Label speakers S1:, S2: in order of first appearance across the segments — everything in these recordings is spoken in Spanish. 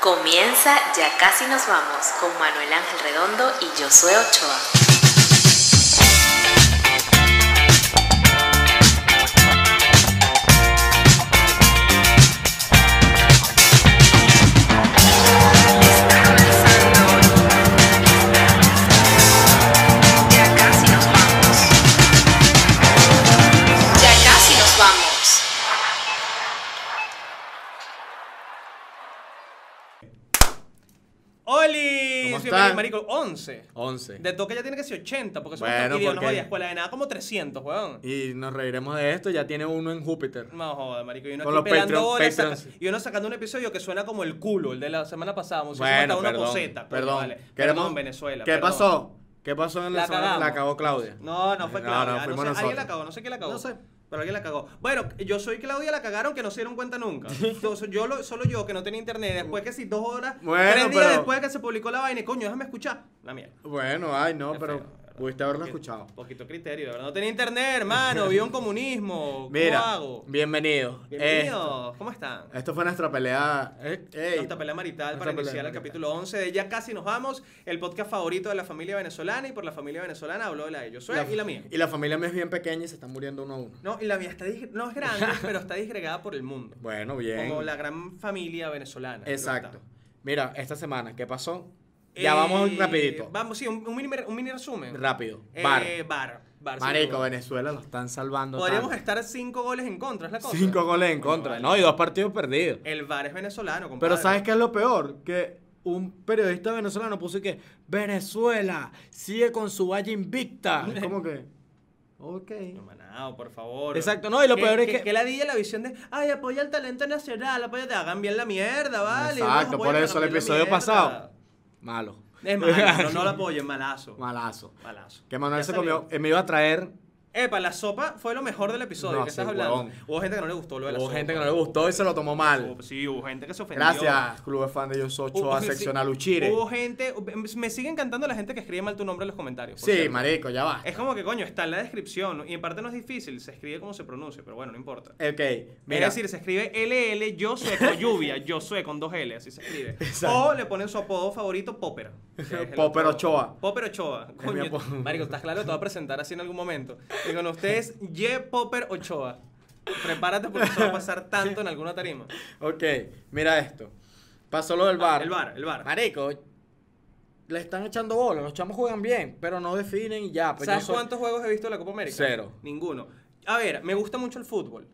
S1: Comienza Ya Casi Nos Vamos con Manuel Ángel Redondo y Josué Ochoa.
S2: Ya casi nos vamos. Ya casi nos vamos.
S3: ¡Oli!
S4: ¿Cómo
S3: Soy
S4: están?
S3: Mari- Marico, 11.
S4: 11.
S3: De toque ya tiene que ser 80, porque somos
S4: Bueno,
S3: tan idiotas, no
S4: porque-
S3: voy a escuela de nada, como 300, weón.
S4: Y nos reiremos de esto, ya tiene uno en Júpiter.
S3: No joda, marico. Y uno
S4: Con
S3: aquí
S4: los
S3: pelando
S4: Patreon-
S3: bolas, saca-
S4: Patreons.
S3: y uno sacando un episodio que suena como el culo, el de la semana pasada. Música
S4: Bueno,
S3: una
S4: perdón.
S3: coseta. coño,
S4: perdón.
S3: vale.
S4: Queremos-
S3: Perdón, Venezuela.
S4: ¿Qué
S3: perdón.
S4: pasó? ¿Qué pasó en la,
S3: La
S4: semana?
S3: cagamos.
S4: La cagó Claudia.
S3: No, no fue
S4: No,
S3: Claudia.
S4: no,
S3: ah,
S4: fuimos
S3: sé,
S4: nosotros.
S3: alguien la cagó, no sé quién la cagó.
S4: No sé.
S3: Pero alguien la cagó. Bueno, yo soy Claudia, la cagaron que no se dieron cuenta nunca. Entonces, yo lo- solo yo que no tenía internet. Después que si dos horas,
S4: Bueno,
S3: tres días
S4: pero-
S3: después de que se publicó la vaina, coño, déjame escuchar. La mierda.
S4: Bueno, ay, no,
S3: Qué
S4: pero
S3: feo, de verdad.
S4: pudiste haberlo
S3: Poquito-
S4: escuchado.
S3: Poquito criterio, de ¿verdad? No tenía internet, hermano. Vio un comunismo. ¿Cómo
S4: Mira,
S3: hago?
S4: bienvenido. Esto,
S3: Bienvenidos. ¿Cómo están?
S4: esto fue nuestra pelea. eh, ey.
S3: Nuestra pelea marital para
S4: Nuestra pelea
S3: iniciar el
S4: marital.
S3: capítulo 11 de Ya Casi Nos Vamos, el podcast favorito de la familia venezolana. Y por la familia venezolana hablo de la de Josué y la mía.
S4: Y la familia mía es bien pequeña y se están muriendo uno a uno.
S3: No, y la mía está dis- no es grande, pero está disgregada por el mundo.
S4: Bueno, bien.
S3: Como la gran familia venezolana. creo que
S4: Exacto.
S3: está.
S4: Mira, esta semana, ¿qué pasó? Ya
S3: Eh,
S4: vamos rapidito.
S3: Vamos, sí, un, un mini, un mini resumen.
S4: Rápido.
S3: Eh,
S4: Bar.
S3: bar. bar, sin
S4: Marico,
S3: duda.
S4: Venezuela lo están salvando.
S3: Podríamos
S4: tanto.
S3: estar cinco goles en contra, es la cosa.
S4: Cinco goles en
S3: Coño,
S4: contra.
S3: vale.
S4: No, y dos partidos perdidos.
S3: El VAR es venezolano, compadre.
S4: Pero ¿sabes qué es lo peor? Que un periodista venezolano puso que Venezuela sigue con su valla invicta.
S3: Eh.
S4: Es como que... Ok.
S3: No, manao, por favor.
S4: Exacto, no, y lo
S3: Que-
S4: peor es
S3: que...
S4: que-
S3: Que la di la visión de, ay, apoya al talento nacional, apoya, te hagan bien la mierda, ¿vale?
S4: Exacto,
S3: Vamos,
S4: por
S3: apoya,
S4: eso el
S3: hagan bien la
S4: episodio
S3: mierda.
S4: pasado. Malo.
S3: Es malo, no, no la apoyen, malazo.
S4: Malazo.
S3: Malazo.
S4: Que Manuel
S3: Ya
S4: se
S3: salió.
S4: comió, eh, me iba a traer,
S3: Epa, la sopa fue lo mejor del episodio.
S4: No,
S3: ¿Qué
S4: sí,
S3: estás hablando?
S4: huevón.
S3: Hubo gente que no le gustó lo de la
S4: hubo
S3: sopa.
S4: gente que no le gustó y se lo tomó mal.
S3: Hubo- Sí, hubo gente que se ofendió.
S4: Gracias, Club de Fan de Yo Soy
S3: Hubo-
S4: Ochoa,
S3: Uh, sí, Uh,
S4: sección Aluchire.
S3: Hubo gente. Me sigue encantando la gente que escribe mal tu nombre en los comentarios. por
S4: Sí,
S3: cierto.
S4: marico, ya va.
S3: Es como que, coño, está en la descripción. ¿no? Y en parte no es difícil, se escribe como se pronuncia, pero bueno, no importa.
S4: Ok,
S3: Mira.
S4: mira.
S3: Es decir, se escribe LL yo soy con lluvia, yo soy con dos L, así se escribe. O le ponen su apodo favorito, Popper. que es el
S4: Popper
S3: otro-
S4: Ochoa.
S3: Popper Ochoa. Coño,
S4: mi apodo.
S3: Marico, estás claro, te voy a presentar así en algún momento. Y con ustedes, Y Popper Ochoa. Prepárate porque eso va a pasar tanto en alguna tarima.
S4: Ok, mira esto. Pasó lo del bar.
S3: Ah, El bar, el bar.
S4: Marico, le están echando bola. Los chamos juegan bien, pero no definen y ya. pues yo
S3: ¿Sabes
S4: soy-
S3: cuántos juegos he visto de la Copa América?
S4: Cero.
S3: Ninguno. A ver, me gusta mucho el fútbol.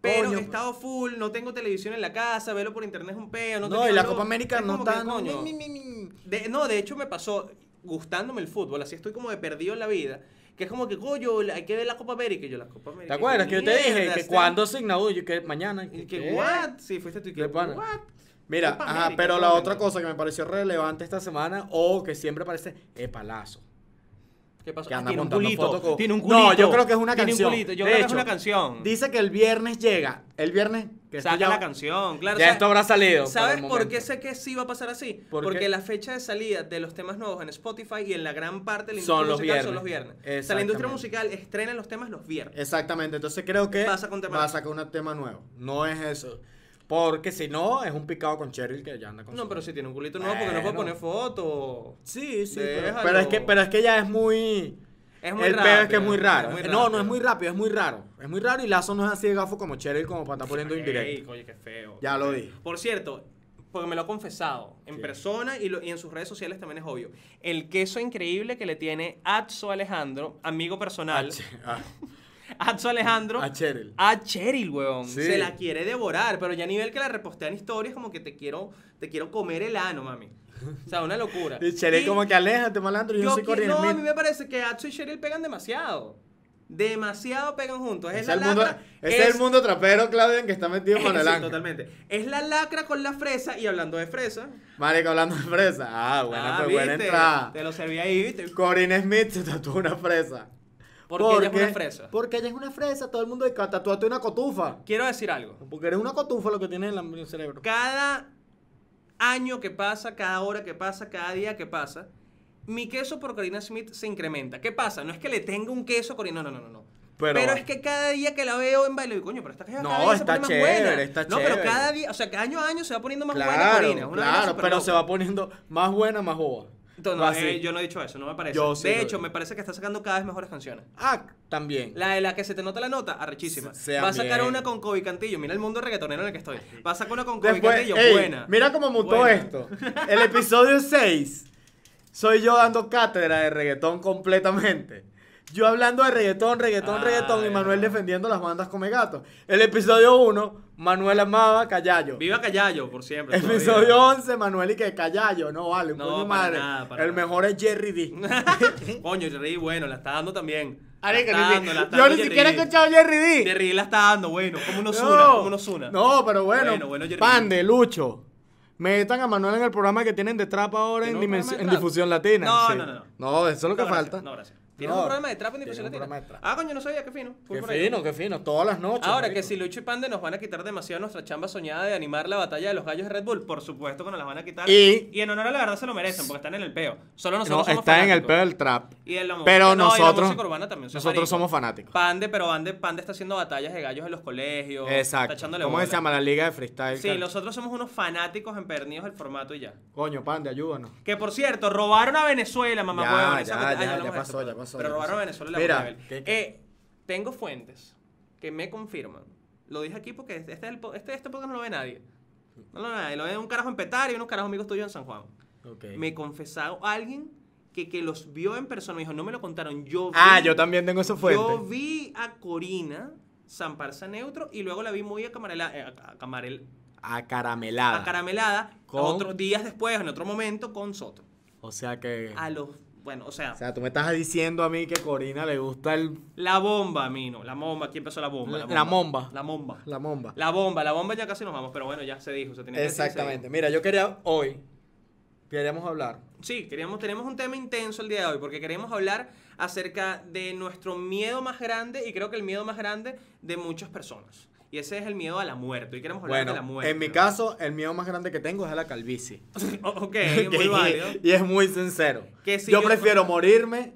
S3: Pero
S4: Coño, pues.
S3: he estado full, no tengo televisión en la casa, verlo por internet es un peo. No,
S4: No,
S3: tenía
S4: y la
S3: blog.
S4: Copa América
S3: Es
S4: no
S3: como que,
S4: está.
S3: coño,
S4: mi, mi, mi, mi.
S3: de- no, de hecho me pasó gustándome el fútbol, así estoy como de perdido en la vida. Que es como que, coño, hay que ver la Copa América. Y yo, la Copa
S4: ¿Te
S3: América.
S4: acuerdas
S3: ¿qué
S4: que yo te
S3: mierda
S4: dije que
S3: está?
S4: cuando se inauguró, que mañana?
S3: Y
S4: ¿qué?
S3: que, what? Sí, fuiste tú y que,
S4: De pana.
S3: what?
S4: Mira,
S3: Copa
S4: ajá,
S3: América,
S4: pero
S3: todo
S4: la
S3: bien,
S4: otra
S3: ¿no?
S4: cosa que me pareció relevante esta semana, o que siempre parece, es palazo.
S3: ¿Qué pasó?
S4: Que
S3: Ah,
S4: anda
S3: tiene un
S4: montando
S3: culito.
S4: fotos con-
S3: Tiene un
S4: No,
S3: culito.
S4: yo creo que es una
S3: tiene
S4: canción.
S3: Un culito. Yo
S4: De
S3: creo que es
S4: hecho,
S3: una canción.
S4: Dice que el viernes llega. El viernes. Que esto
S3: Mm. Saca
S4: ya-
S3: la canción, claro.
S4: ya
S3: o sea,
S4: esto habrá salido por
S3: ¿Sabes
S4: el
S3: por qué
S4: momento.
S3: sé que sí va a pasar así?
S4: ¿Por
S3: Porque
S4: qué?
S3: la fecha de salida de los temas nuevos en Spotify y en la gran parte de la industria
S4: Son los
S3: musical son los
S4: viernes.
S3: viernes. O sea, la industria
S4: Exactamente.
S3: musical estrena los temas los viernes.
S4: Exactamente, entonces creo que
S3: Va a sacar un tema
S4: va a
S3: nuevo.
S4: sacar un tema nuevo. No es eso. Porque si no, es un picado con Cheryl que ya anda con
S3: No,
S4: su-
S3: pero si tiene un culito nuevo, porque no puede
S4: Bueno.
S3: poner foto.
S4: Sí, sí, pero,
S3: Déjalo.
S4: pero es que, pero es que ya es muy...
S3: Es muy
S4: el
S3: raro.
S4: peo es que es muy raro. No, no es muy
S3: raro.
S4: rápido, es muy raro. Es muy raro y Lazo no es así de gafo como Cheryl como para estar poniendo
S3: Ey,
S4: indirecto.
S3: Oye, qué feo.
S4: Ya lo dije.
S3: Por cierto, porque me lo ha confesado en
S4: Sí.
S3: persona y, lo- y en sus redes sociales también es obvio. El queso increíble que le tiene Atso Alejandro, amigo personal.
S4: A Che- a-
S3: Atso Alejandro.
S4: a Cheryl.
S3: A Cheryl, weón.
S4: Sí.
S3: Se la quiere devorar, pero ya a nivel que la repostean historias como que te quiero, te quiero comer el ano, mami. O sea, una locura.
S4: Y Cheryl como que aléjate, malandro, yo,
S3: yo
S4: soy
S3: qui-
S4: Corriel
S3: No, a mí
S4: Mil".
S3: me parece que Atsu y Cheryl pegan demasiado. Demasiado pegan juntos. Es,
S4: Es
S3: la
S4: el mundo,
S3: lacra.
S4: es el mundo trapero, Claudia, en que está metido con
S3: sí,
S4: el ángel.
S3: totalmente. Es la lacra con la fresa y hablando de fresa.
S4: Marico, hablando de fresa. Ah, buena,
S3: Ah,
S4: pues, buena
S3: viste,
S4: entrada.
S3: Te lo serví ahí, ¿viste?
S4: Corinne Smith se tatuó una fresa.
S3: Porque ella es una fresa.
S4: Porque ella es una fresa, todo el mundo dice, tatúate una cotufa.
S3: Quiero decir algo.
S4: Porque eres una cotufa lo que tienes en, la- en el cerebro.
S3: Cada año que pasa, cada hora que pasa, cada día que pasa, mi queso por Corina Smith se incrementa. ¿Qué pasa? No es que le tenga un queso a Corina, no, no, no, no. Pero,
S4: Pero-
S3: es que cada día que la veo en baile, digo, coño, pero esta caja
S4: No,
S3: cada día se
S4: está
S3: pone más
S4: chévere,
S3: buena.
S4: está
S3: no, pero
S4: chévere.
S3: cada día, o sea, cada año a año se va poniendo más buena
S4: Claro,
S3: Corina. es una vaina
S4: claro,
S3: súper
S4: pero
S3: loca.
S4: se va poniendo más buena, más boba.
S3: No, no,
S4: Va así.
S3: eh, yo no he dicho eso, no me parece.
S4: Yo sí
S3: de
S4: lo
S3: hecho,
S4: digo.
S3: me parece que está sacando cada vez mejores canciones.
S4: Ah, también.
S3: La de la que se te nota la nota, arrechísima.
S4: Se- sea
S3: va a sacar
S4: bien.
S3: una con Kobe Cantillo. Mira el mundo reggaetonero en el que estoy. Va a sacar una con Kobe
S4: Después,
S3: Cantillo.
S4: ey,
S3: buena.
S4: mira cómo mutó
S3: Buena.
S4: esto. El episodio 6. Soy yo dando cátedra de reggaetón completamente. Yo hablando de reggaetón, reggaetón,
S3: Ah,
S4: reggaetón y
S3: ya.
S4: Manuel defendiendo las bandas come gato. El episodio 1, Manuel amaba Callayo.
S3: Viva Callayo, por siempre.
S4: Episodio
S3: todavía.
S4: 11, Manuel y que Callayo, no vale, un
S3: Pues, No,
S4: coño
S3: para
S4: madre.
S3: nada, para
S4: el
S3: nada.
S4: mejor es Jerry D.
S3: Coño, Jerry, bueno, la está dando también.
S4: Ari, que
S3: la
S4: ni
S3: está
S4: si-
S3: dando, la está
S4: yo
S3: dando
S4: ni siquiera he
S3: Jerry D.
S4: escuchado Jerry D.
S3: Jerry la está dando, bueno. Como uno suna, como uno suna.
S4: No, pero bueno.
S3: Bueno, bueno, Jerry.
S4: pan de Lucho. Metan a Manuel en el programa que tienen de trap ahora en,
S3: ¿Tiene un
S4: dimensi-
S3: programa de
S4: en
S3: trap?
S4: difusión latina.
S3: No,
S4: sí.
S3: no, no, no.
S4: eso es lo
S3: No,
S4: que
S3: gracias,
S4: falta.
S3: No, gracias. Tiene
S4: No,
S3: un programa de trap en difusión
S4: tiene un
S3: latina.
S4: programa de trap.
S3: Ah, coño, no sabía, qué fino. Fui
S4: Qué
S3: por ahí.
S4: fino, qué fino. Todas las noches.
S3: Ahora que
S4: marico.
S3: si Lucho y Pande nos van a quitar demasiado nuestra chamba soñada de animar la batalla de los gallos de Red Bull, por supuesto que nos las van a quitar.
S4: Y-
S3: en honor a la verdad se lo merecen, porque están en el peo. Solo
S4: No,
S3: nosotros somos
S4: está en el
S3: fanáticos.
S4: pedo del trap.
S3: Y de la música- no,
S4: Pero
S3: y la música
S4: nosotros,
S3: urbana también, o sea, marico.
S4: nosotros somos fanáticos.
S3: Pande, pero Pande, Pande está haciendo batallas de gallos en los colegios. Está
S4: Exacto.
S3: echándole
S4: ¿Cómo
S3: bola.
S4: se llama la liga de freestyle?
S3: Sí,
S4: Car-
S3: nosotros somos unos fanáticos empernidos del formato y ya.
S4: Coño, pan de ayúdanos.
S3: Que por cierto, robaron a Venezuela, mamá
S4: Ya,
S3: huevón,
S4: ya,
S3: esa cuestión-
S4: ya,
S3: hablamos
S4: ya
S3: de
S4: pasó,
S3: eso,
S4: ya pasó,
S3: Pero
S4: ya
S3: robaron
S4: pasó.
S3: a Venezuela la
S4: Mira,
S3: Mira,
S4: ¿qué- qué?
S3: eh, tengo fuentes que me confirman. Lo dije aquí porque este, es el po- este, este podcast no lo ve nadie. No lo ve nadie. Lo ve un carajo en Petar y unos carajos amigos tuyos en San Juan. Me confesó alguien que, que los vio en persona. Me dijo, no me lo contaron. Yo
S4: Ah,
S3: vi-
S4: yo también tengo esa fuente.
S3: Yo vi a Corina, Samparsa Neutro, y luego la vi muy acamarela, eh, a- a- camarel-
S4: Acaramelada.
S3: acaramelada
S4: Ah. Con-
S3: otros días después, en otro momento, con Soto.
S4: O sea que.
S3: A los. Bueno, o sea,
S4: O sea, tú me estás diciendo a mí que Corina le gusta el,
S3: la bomba, Mino. La bomba, aquí empezó la bomba?
S4: La momba.
S3: La bomba.
S4: la momba.
S3: La bomba, la bomba ya casi nos vamos, pero bueno, ya se dijo. se tenía que decir, se dijo.
S4: Exactamente. Mira, yo quería hoy. Queríamos hablar.
S3: Sí, queríamos, tenemos un tema intenso el día de hoy porque queremos hablar acerca de nuestro miedo más grande y creo que el miedo más grande de muchas personas. Y ese es el miedo a la muerte. Y queremos hablar de la
S4: Bueno,
S3: muerte.
S4: en mi
S3: ¿no?
S4: caso, el miedo más grande que tengo es a la calvicie.
S3: O- ok, muy válido.
S4: y es muy sincero.
S3: Que si
S4: yo,
S3: yo-
S4: prefiero morirme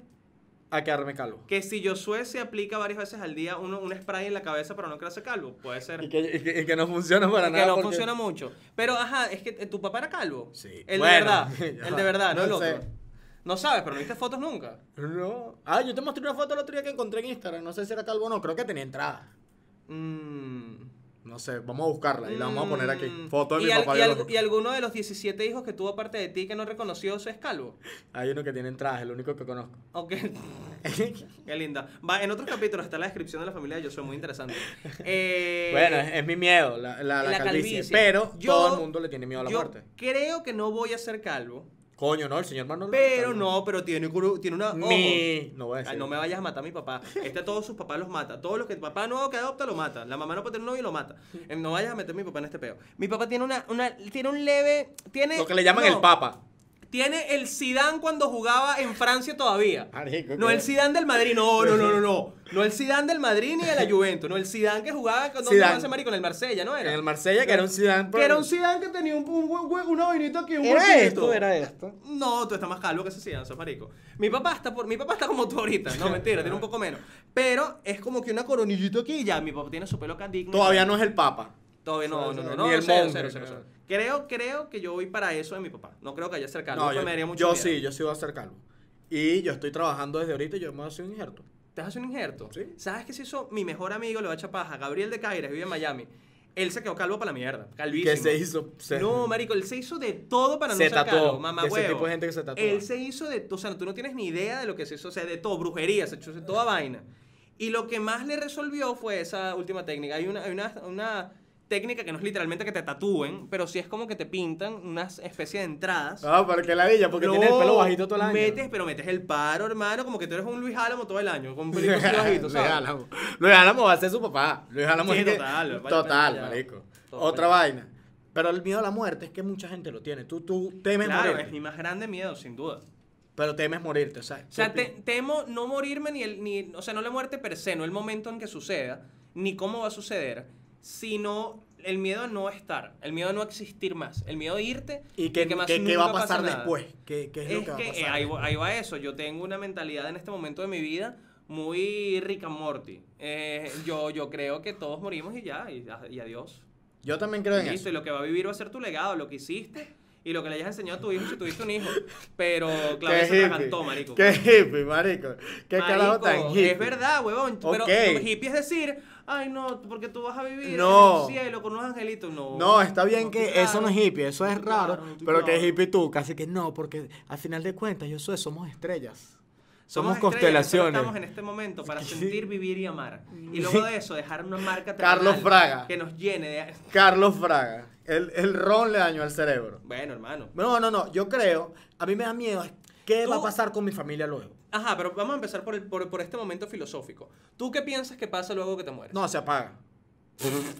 S4: a quedarme calvo.
S3: Que si Josué se aplica varias veces al día uno, un spray en la cabeza para no quedarse calvo, puede ser.
S4: Y que, y que- y que no funciona para
S3: que
S4: nada.
S3: no
S4: porque-
S3: funciona mucho. Pero, ajá, es que eh, tu papá era calvo.
S4: Sí.
S3: El
S4: Bueno,
S3: de verdad.
S4: ya
S3: el
S4: va,
S3: de verdad, no,
S4: no
S3: el otro.
S4: sé.
S3: No sabes, pero no viste fotos nunca.
S4: No. Ah, yo te mostré una foto el otro día que encontré en Instagram. No sé si era calvo o no. Creo que tenía entrada.
S3: Mm.
S4: No sé. Vamos a buscarla y la vamos a poner aquí.
S3: Mm.
S4: Foto de
S3: ¿Y
S4: mi
S3: al-
S4: papá.
S3: y, al-
S4: biológico.
S3: y alguno de los 17 hijos que tuvo aparte de ti que no reconoció eso es calvo.
S4: Hay uno que tiene entrada, es el único que conozco.
S3: Ok. Qué linda. Va, en otros capítulos está la descripción de la familia de Josué, muy interesante. Eh,
S4: Bueno, es, es mi miedo, la, la, la
S3: la
S4: calvicie,
S3: calvicie.
S4: Pero
S3: Yo-
S4: todo el mundo le tiene miedo a la
S3: yo
S4: muerte.
S3: Creo que no voy a ser calvo.
S4: Coño, no, el señor Manuel.
S3: Pero no, pero tiene, curu- tiene una. ojo.
S4: Mi. No voy a decir.
S3: Ay, no me vayas a matar a mi papá. Este a todos sus papás los mata. Todos los que papá nuevo que adopta lo mata. La mamá no puede tener novio y lo mata. Eh, No vayas a meter a mi papá en este peo. Mi papá tiene una, una tiene un leve tiene
S4: Lo que le llaman
S3: no,
S4: el papa.
S3: Tiene el Zidane cuando jugaba en Francia todavía.
S4: Marico,
S3: No
S4: ¿qué?
S3: el Zidane del Madrid, no, no, no, no, no. No el Zidane del Madrid ni de la Juventus, no el Zidane que jugaba con ¿dónde
S4: Zidane.
S3: jugaba ese marico en el Marsella, ¿no era?
S4: En el Marsella, que era un Zidane,
S3: Que era un Zidane que tenía un, un, hue- hue- una vainita aquí, un
S4: Era
S3: huequito.
S4: esto, era esto.
S3: No, tú estás más calvo que ese Zidane, sos marico. Mi papá está por, mi papá está como tú ahorita, no mentira, tiene un poco menos. Pero es como que una coronillita aquí y ya. Mi papá tiene su pelo candigno.
S4: Todavía no es el papa.
S3: Todavía no, no, no, no.
S4: Ni el
S3: cero,
S4: monje,
S3: cero, cero,
S4: claro.
S3: cero. Creo, creo que yo voy para eso de mi papá. No creo que haya ser calvo.
S4: No,
S3: eso
S4: yo,
S3: me daría mucho
S4: yo
S3: miedo.
S4: sí, yo sí voy a ser calvo. Y yo estoy trabajando desde ahorita y yo me voy a hacer un injerto.
S3: ¿Te haces un injerto?
S4: Sí.
S3: ¿Sabes qué se hizo? Mi mejor amigo le va a echar paja. Gabriel de Caires vive en Miami. Él se quedó calvo para la mierda. Calvísimo.
S4: ¿Qué se hizo? Se-
S3: No, marico, él se hizo de todo para
S4: Se
S3: no ser
S4: tatuó,
S3: calvo, mamá
S4: de ese
S3: huevo.
S4: tipo de gente que se tatúa.
S3: Él se hizo de todo, o sea, tú no tienes ni idea de lo que se hizo, o sea, de todo, brujería, se echó de toda vaina. Y lo que más le resolvió fue esa última técnica. Hay una, hay una, una técnica que no es literalmente que te tatúen, pero sí es como que te pintan unas especie de entradas.
S4: Ah, pero que la villa, porque
S3: No,
S4: tiene el pelo bajito todo el año.
S3: Metes, pero metes el paro, hermano, como que tú eres un Luis Álamo todo el año, con un pelito así bajito,
S4: Luis
S3: ¿sabes?
S4: Álamo. Luis Álamo va a ser su papá. Luis Álamo
S3: Sí,
S4: es que-
S3: total, vaya
S4: total,
S3: pena, ya.
S4: marico.
S3: Todo pena.
S4: Otra vaina. Pero el miedo a la muerte es que mucha gente lo tiene. Tú, tú temes
S3: Claro, es
S4: morirte.
S3: mi más grande miedo, sin duda.
S4: Pero temes morirte, o sea.
S3: O sea, te- temo no morirme ni el, ni, o sea, no la muerte per se, no el momento en que suceda, ni cómo va a suceder, sino el miedo a no estar, el miedo a no existir más, el miedo a irte
S4: ¿Y qué,
S3: que más
S4: qué- qué va a
S3: nunca pasa
S4: pasar
S3: nada.
S4: después? ¿Qué, qué es,
S3: Es
S4: lo que va a
S3: que eh,
S4: pasar?
S3: ahí, va- ahí va eso, yo tengo una mentalidad en este momento de mi vida muy Rick and Morty. Eh, yo, yo creo que todos morimos y ya, y, a- y adiós.
S4: Yo también creo en
S3: Listo,
S4: eso.
S3: y lo que va a vivir va a ser tu legado, lo que hiciste y lo que le hayas enseñado a tu hijo si tuviste un hijo. Pero claro, eso
S4: hippie.
S3: te cantó, marico.
S4: Qué hippie, marico. Qué
S3: Marico,
S4: carajo tan hippie.
S3: Es verdad, huevón. Pero
S4: Ok.
S3: pero hippie es decir, ay no, porque tú vas a vivir
S4: No.
S3: en el cielo con unos angelitos. No,
S4: No, está bien
S3: No,
S4: que
S3: claro.
S4: eso no es hippie, eso es
S3: Claro,
S4: raro,
S3: no, tú
S4: pero que es
S3: claro.
S4: hippie tú, casi que no, porque al final de cuentas yo soy, somos estrellas. Somos,
S3: estrellas, solo
S4: constelaciones.
S3: Estamos en este momento para sentir, vivir y amar. Y luego de eso, dejar una marca
S4: Carlos
S3: terrenal
S4: Fraga.
S3: que nos llene de.
S4: Carlos Fraga, el, el ron le dañó al cerebro.
S3: Bueno, hermano.
S4: No, no, no, yo creo, a mí me da miedo, es ¿qué
S3: Tú-
S4: va a pasar con mi familia luego?
S3: Ajá, pero vamos a empezar por, el- por, por este momento filosófico. ¿Tú qué piensas que pasa luego que te mueres?
S4: No, se apaga.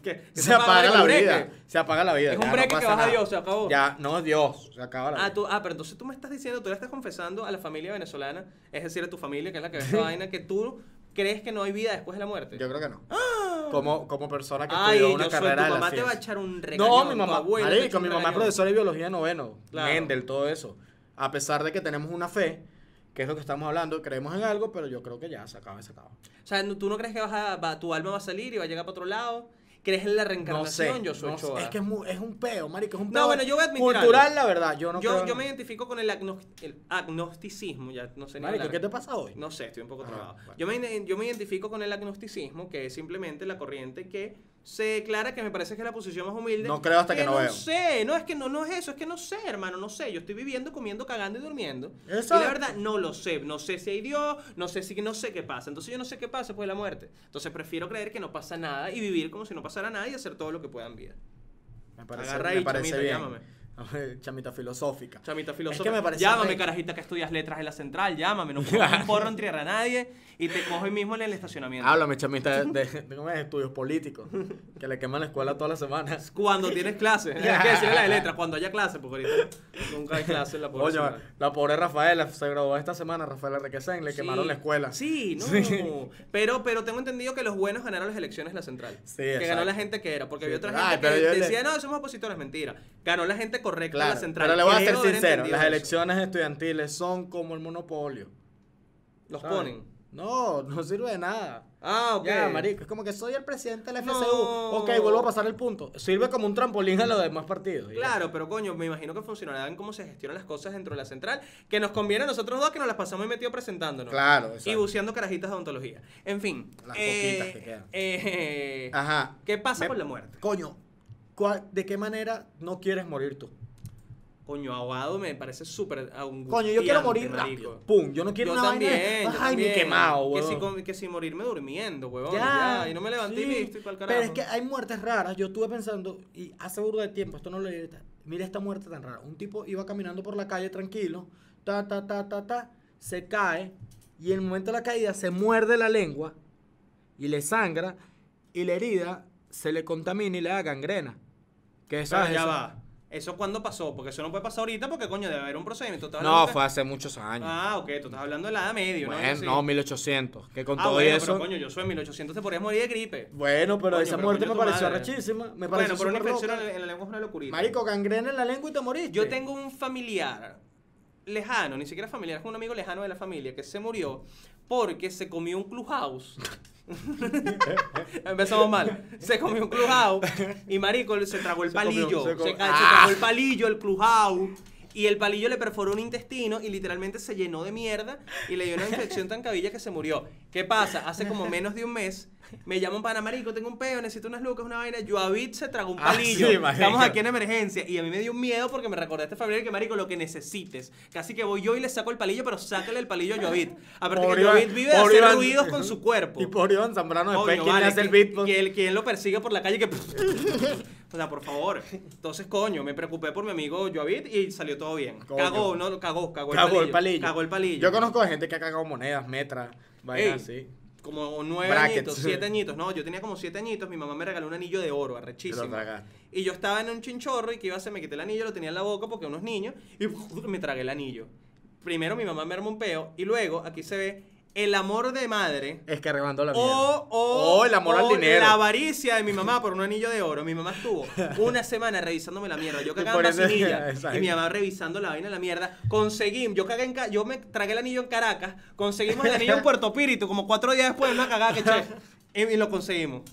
S3: Que- que
S4: Se
S3: se apaga
S4: apaga
S3: el
S4: la
S3: breque.
S4: vida. Se apaga la vida.
S3: Es un
S4: ya,
S3: breque que
S4: pasa
S3: vas a
S4: nada.
S3: Dios, se acabó.
S4: Ya, no, Dios, se acaba la vida.
S3: Ah, tú- ah, pero entonces tú me estás diciendo, tú le estás confesando a la familia venezolana, es decir, a tu familia, que es la que ve esta vaina, que tú crees que no hay vida después de la muerte.
S4: Yo creo que no. Como, como persona que
S3: Ay,
S4: estudió
S3: yo
S4: una
S3: soy, tu
S4: carrera de la
S3: mamá te va a
S4: ciencia.
S3: echar un regañón.
S4: No, mi
S3: tu
S4: mamá,
S3: abuelo te echa
S4: marico,
S3: un
S4: mi mamá es
S3: regañón.
S4: profesora de biología noveno,
S3: Claro.
S4: Mendel, todo eso. A pesar de que tenemos una fe, que es lo que estamos hablando, creemos en algo, pero yo creo que ya se acaba, se acaba.
S3: O sea, no- tú no crees que vas a, va- tu alma va a salir y va a llegar para otro lado. ¿Crees en la
S4: No sé,
S3: reencarnación? yo soy
S4: no sé,
S3: Ochoa.
S4: es que es, mu- es un peo, marico, es un
S3: No,
S4: peo
S3: bueno, yo voy a admitir
S4: cultural,
S3: algo.
S4: la verdad, yo no
S3: yo,
S4: creo.
S3: yo me identifico con el, agno- el agnosticismo, ya no sé ni
S4: Marico,
S3: hablar.
S4: ¿qué te pasa hoy?
S3: No sé, estoy un poco
S4: Ajá,
S3: trabado.
S4: bueno.
S3: Yo, me, ide- yo me identifico con el agnosticismo, que es simplemente la corriente que se declara que me parece que es la posición más humilde.
S4: No creo hasta que no
S3: no
S4: veo.
S3: sé, no es que no, no es eso, es que no sé, hermano, no sé. Yo estoy viviendo, comiendo, cagando y durmiendo.
S4: Exacto.
S3: Y la verdad, no lo sé. No sé si hay Dios, no sé si no sé qué pasa. Entonces yo no sé qué pasa después de la muerte. Entonces prefiero creer que no pasa nada y vivir como si no pasara nada y hacer todo lo que pueda en vida.
S4: Me parece,
S3: Agarra
S4: me
S3: ahí,
S4: parece
S3: chamita,
S4: bien.
S3: llámame.
S4: Chamita filosófica.
S3: Chamita
S4: Es que
S3: filosófica.
S4: me parece
S3: llámame,
S4: re-
S3: carajita, que estudias letras en la central. Llámame, no pongas un porro en tierra a nadie y te cojo ahí mismo en el estacionamiento.
S4: Háblame, chamita, de, de- de- ¿cómo es? estudios políticos, que le queman la escuela todas las semanas.
S3: Cuando tienes clases. Hay que decirle la de letras, cuando haya clases, porque ahorita nunca hay clases en la
S4: Oye,
S3: población.
S4: la pobre Rafaela se graduó esta semana, Rafaela Requesén, le quemaron la escuela.
S3: Sí, no. Pero, pero tengo entendido que los buenos ganaron las elecciones en la central.
S4: Sí,
S3: que ganó
S4: exacto.
S3: la gente que era. Porque
S4: Sí,
S3: había otra
S4: ay,
S3: gente
S4: pero
S3: que
S4: yo le-
S3: decía, no, somos opositores, mentira. Ganó la gente correcta en
S4: Claro,
S3: la central.
S4: pero le voy a
S3: Creo
S4: ser
S3: haber
S4: sincero,
S3: entendido
S4: las
S3: eso.
S4: elecciones estudiantiles son como el monopolio.
S3: Los
S4: ¿sabes?
S3: ponen.
S4: No, no sirve de nada.
S3: Ah, ok.
S4: Ya, marico, es como que soy el presidente del FSU.
S3: No.
S4: Ok, vuelvo a pasar el punto. Sirve como un trampolín a los demás partidos. y ya.
S3: Claro, pero coño, me imagino que funcionarán cómo se gestionan las cosas dentro de la central, que nos conviene a nosotros dos que nos las pasamos y metido presentándonos.
S4: Claro,
S3: Y
S4: exacto.
S3: buceando carajitas de odontología. En fin.
S4: Las
S3: eh,
S4: poquitas que quedan.
S3: eh,
S4: Ajá.
S3: ¿Qué pasa
S4: Me-
S3: con la muerte?
S4: Coño, ¿cuál- ¿de qué manera no quieres morir tú?
S3: Coño, aguado me parece súper angustiante,
S4: Coño, yo quiero morir
S3: marico.
S4: rápido. Pum, yo no quiero
S3: Yo
S4: una vaina de-
S3: también, yo
S4: Ay,
S3: también.
S4: mi quemado,
S3: que si,
S4: huevón.
S3: com- que si morirme durmiendo, huevón. Ya, y no me levanté y
S4: sí.
S3: listo, y pa'l carajo.
S4: Pero es que hay muertes raras. Yo estuve pensando, y hace burro de tiempo, esto no lo leí ahorita. Mira esta muerte tan rara. Un tipo iba caminando por la calle tranquilo, ta, ta, ta, ta, ta, se cae, y en el momento de la caída se muerde la lengua, y le sangra, y la herida se le contamina y le da gangrena. Que
S3: Pero
S4: sabes,
S3: ya
S4: Eso-
S3: va. ¿Eso cuándo pasó? Porque eso no puede pasar ahorita porque, coño, debe haber un procedimiento. Tú estás
S4: No,
S3: hablando-
S4: fue hace muchos años.
S3: Ah, ok, tú estás hablando de la edad media,
S4: Bueno,
S3: ¿no? Sí.
S4: no, 1800. Que con
S3: ah,
S4: todo
S3: bueno,
S4: eso.
S3: pero coño, yo soy 1800, te podrías morir de gripe.
S4: Bueno, pero
S3: Coño,
S4: esa
S3: pero
S4: muerte
S3: coño
S4: me
S3: tu
S4: pareció
S3: madre.
S4: rechísima. Me
S3: bueno,
S4: pareció
S3: pero una
S4: súper
S3: infección
S4: loca.
S3: en la- en la lengua es una locurita.
S4: Marico, gangrena en la lengua y te moriste.
S3: Yo tengo un familiar lejano, ni siquiera familiar, es un amigo lejano de la familia que se murió porque se comió un clubhouse. Empezamos mal. Se comió un clubhouse y marico se tragó el
S4: Se comió,
S3: palillo.
S4: se comió.
S3: se, ca- se
S4: ¡Ah!
S3: tragó el palillo, el clubhouse. Y el palillo le perforó un intestino y literalmente se llenó de mierda y le dio una infección tan cabilla que se murió. ¿Qué pasa? Hace como menos de un mes me llaman para marico, tengo un peo, necesito unas lucas, una vaina. Joavit se tragó un
S4: Ah,
S3: palillo.
S4: sí, marico.
S3: Estamos aquí en emergencia y a mí me dio miedo porque me recordé a este familiar que marico lo que necesites. Casi que voy yo y le saco el palillo, pero sácale el palillo a Joavit. Aparte
S4: Pobre
S3: que Joavit
S4: Iván-
S3: vive de
S4: pobre
S3: hacer
S4: Iván-
S3: ruidos con su cuerpo.
S4: Y por Iván Zambrano después,
S3: Coño,
S4: ¿quién
S3: vale,
S4: le hace el pues.
S3: que-
S4: beatbox?
S3: que el- quien lo persigue por la calle que... o sea, por favor. Entonces, coño, me preocupé por mi amigo Joavit y salió todo bien.
S4: Coño.
S3: Cagó, no, cagó, cagó el
S4: Cagó
S3: palillo.
S4: el palillo.
S3: Cagó el palillo.
S4: Yo conozco a gente que ha cagado monedas, metras, vainas
S3: Ey,
S4: así.
S3: Como nueve
S4: Brackets.
S3: añitos, siete añitos. No, yo tenía como siete añitos. Mi mamá me regaló un anillo de oro,
S4: Te
S3: arrechísimo.
S4: lo tragaste.
S3: Y yo estaba en un chinchorro y que iba a hacer, me quité el anillo, lo tenía en la boca porque unos niños y me tragué el anillo. Primero mi mamá me armó un peo y luego aquí se ve el amor de madre
S4: Es que arreglando la mierda.
S3: o, o,
S5: O el amor al
S3: o
S5: dinero.
S3: la avaricia de mi mamá por un anillo de oro. Mi mamá estuvo una semana revisándome la mierda. Yo cagaba
S4: por
S3: en
S4: eso-
S3: vacinilla
S4: Exacto.
S3: y mi mamá revisando la vaina de la mierda. Conseguimos, yo cagué en Ca- yo me tragué el anillo en Caracas, conseguimos el anillo en Puerto Píritu, como cuatro días después de una cagada que eché. Y y lo conseguimos.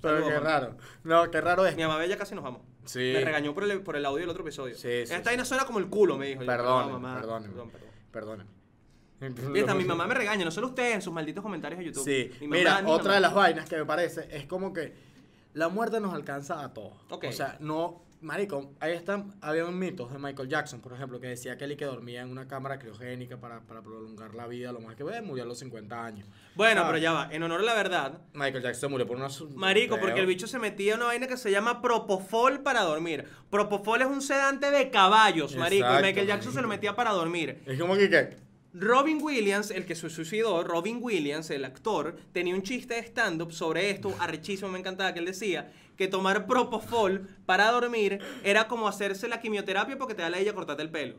S4: Pero
S3: Saludos,
S4: qué
S3: mamá.
S4: raro. No, qué raro es.
S3: Mi mamá ya casi nos vamos.
S5: Sí.
S3: Me regañó por el, por el audio del otro episodio.
S5: Sí, sí,
S3: Esta
S5: sí.
S3: vaina suena como el culo, me dijo. Yo,
S5: Perdónenme,
S3: "No, mamá,
S5: perdónenme.
S3: Perdón, perdón.
S5: Perdóname.
S3: Y hasta mi mamá me regaña, no solo ustedes en sus malditos comentarios de YouTube.
S4: Sí.
S3: Mi mamá,
S4: Mira,
S3: mi
S4: otra
S3: mamá.
S4: de las vainas que me parece es como que la muerte nos alcanza a todos.
S3: Ok.
S4: O sea, no. Marico, ahí están. Habían mitos de Michael Jackson, por ejemplo, que decía que él y que dormía en una cámara criogénica para, para prolongar la vida. Lo más que ve, murió a los 50 años.
S3: Bueno,
S4: Ah.
S3: pero ya va. En honor a la verdad,
S4: Michael Jackson murió por una. su-
S3: Marico, porque
S4: pedo.
S3: el bicho se metía en una vaina que se llama propofol para dormir. Propofol es un sedante de caballos, marico.
S4: Exacto,
S3: y Michael Jackson se lo
S4: marico.
S3: metía para dormir.
S4: Es como que. ¿qué?
S3: Robin Williams, el que se suicidó, Robin Williams, el actor, tenía un chiste de stand-up sobre esto, arrechísimo, me encantaba, que él decía que tomar propofol para dormir era como hacerse la quimioterapia porque te da la ella cortarte el pelo.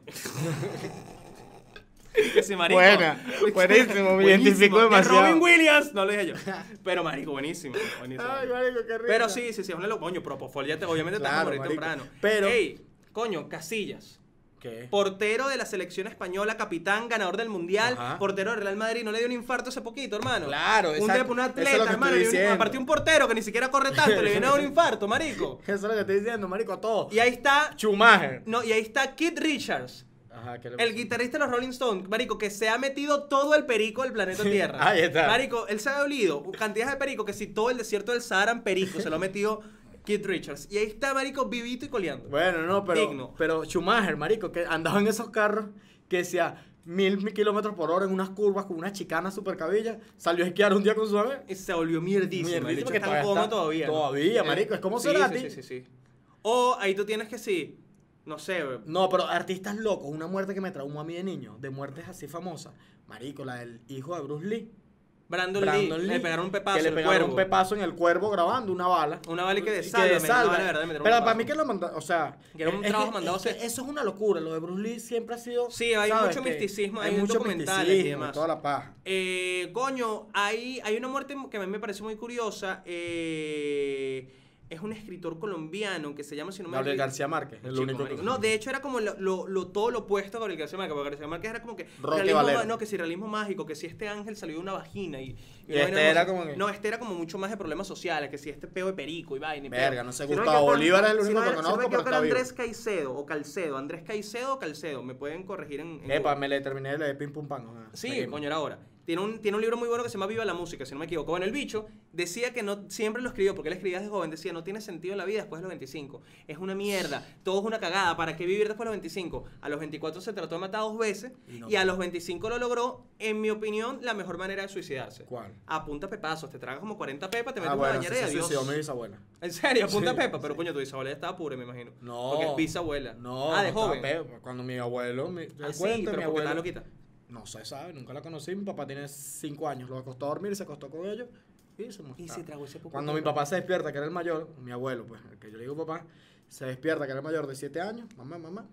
S3: Que sí, marico.
S4: Buena, buenísimo, me identifico
S3: De
S4: demasiado.
S3: Robin Williams, no lo dije yo. Pero marico, buenísimo, buenísimo.
S4: Ay, marico, qué rico.
S3: Pero sí, sí, sí, es una locura. Coño, Propofol ya te, obviamente te vas a
S4: Claro,
S3: morir
S4: marico.
S3: temprano.
S4: Pero-
S3: Ey, coño, Casillas.
S4: ¿Qué?
S3: Portero de la selección española, capitán, ganador del mundial,
S4: Ajá.
S3: portero del Real Madrid, no le dio un infarto hace poquito, hermano.
S4: Claro,
S3: un,
S4: exacto,
S3: de- un
S4: eso es
S3: atleta,
S4: lo que
S3: hermano.
S4: estoy
S3: le dio un-
S4: diciendo.
S3: aparte un portero que ni siquiera corre tanto, le viene a dar un infarto, marico.
S4: Eso es lo que estoy diciendo, marico, a todos.
S3: Y ahí está.
S4: Schumacher.
S3: No, y ahí está Kit Richards,
S4: Ajá, ¿qué le
S3: el
S4: pasó?
S3: guitarrista de los Rolling Stones, marico, que se ha metido todo el perico del planeta Tierra.
S4: Ahí está.
S3: Marico, él se ha olido cantidades de perico que si todo el desierto del Sahara en perico se lo ha metido Keith Richards. Y ahí está, marico, vivito y coleando.
S4: Bueno, no, pero,
S3: Digno.
S4: pero Schumacher, marico, que andaba en esos carros que decía mil mil kilómetros por hora en unas curvas con una chicana super cabilla, salió a esquiar un día con su ave.
S3: Y se volvió mierdísimo.
S4: Mierdísimo,
S3: el bicho
S4: que
S3: está
S4: todavía
S3: cómodo
S4: está-
S3: todavía. ¿no? Eh,
S4: todavía, marico, es como
S3: sí,
S4: Cerati.
S3: Sí, sí, sí, sí. O ahí tú tienes que sí, no sé,
S4: No, pero artistas locos, una muerte que me traumó a mí de niño, de muertes así famosas. Marico, la del hijo de Bruce Lee.
S3: Brandon, Lee, le pegaron un pepazo
S4: Que le
S3: al
S4: pegaron un
S3: cuervo.
S4: pepazo en el cuervo grabando una bala.
S3: Una bala y que de
S4: Y
S3: sálvame, una
S4: sálvame.
S3: bala de verdad, me trajo un
S4: Pero para
S3: pepazo.
S4: mí que lo mandaron, o sea,
S3: Que era un
S4: es que-
S3: trabajo mandado
S4: es que
S3: hacer.
S4: Eso es una locura, lo de Bruce Lee siempre ha sido
S3: Sí, hay
S4: ¿sabes?
S3: mucho
S4: Que
S3: misticismo, hay
S4: hay mucho
S3: documentales y
S4: misticismo,
S3: demás.
S4: toda la paja.
S3: Eh, coño, hay, hay una muerte que a mí me parece muy curiosa. eh, es un escritor colombiano que se llama, si no me
S4: Gabriel
S3: olvido-
S4: García Márquez, el
S3: Chico,
S4: único
S3: marico.
S4: que-
S3: No, de hecho era como lo, lo- lo- todo lo opuesto a Gabriel García Márquez. Porque García Márquez era como que.
S4: Roque
S3: realismo
S4: Valero.
S3: ma- no, que si realismo mágico, que si este ángel salió de una vagina. Y,
S4: Y
S3: una
S4: este
S3: vaina
S4: era
S3: no sé-
S4: como que-
S3: No, este era como mucho más de problemas sociales, que si este peo de perico y vaina. y peo.
S4: Verga, no sé,
S3: Si me
S4: Gustavo
S3: equivoco,
S4: Bolívar es el
S3: si
S4: único
S3: no
S4: que
S3: era- si no
S4: conozco,
S3: me equivoco,
S4: pero está
S3: era
S4: vivo.
S3: Andrés Caicedo o Calcedo. Andrés Caicedo o Calcedo. Me pueden corregir en. en
S4: Epa,
S3: Google.
S4: me le terminé de leer pim pum pam. ajá.
S3: Sí,
S4: Seguimos.
S3: coño, era ahora. Tiene un, tiene un libro muy bueno que se llama Viva la Música, si no me equivoco. Bueno, el bicho decía que no siempre lo escribió, porque él escribía desde joven, decía, no tiene sentido la vida después de los 25. Es una mierda, todo es una cagada, ¿para qué vivir después de los 25? A los 24 se trató de matar dos veces y,
S4: Y no.
S3: a los 25 lo logró, en mi opinión, la mejor manera de suicidarse.
S4: ¿Cuál?
S3: Apunta pepazos, te tragas como 40 pepas, te
S4: Ah,
S3: metes una
S4: bueno, se
S3: bañera y adiós.
S4: suicidó mi bisabuela.
S3: En serio, apunta
S4: Sí,
S3: pepa, pero coño, tu bisabuela ya estaba pura, me imagino.
S4: No.
S3: Porque es bisabuela.
S4: No,
S3: Ah, de
S4: no estaba
S3: joven.
S4: peor, Cuando mi abuelo, mi,
S3: Ah,
S4: el
S3: sí,
S4: cuento
S3: pero
S4: de mi
S3: porque estaba
S4: abuelo.
S3: loquita.
S4: No se sabe, nunca la conocí. Mi papá tiene 5 años. Lo acostó a dormir, se acostó con ellos y se murió.
S3: Y se tragó ese poco
S4: Ah, Cuando mi papá se despierta, que era el mayor, mi abuelo, pues, el que yo le digo papá, se despierta, que era el mayor de 7 años, mamá, mamá.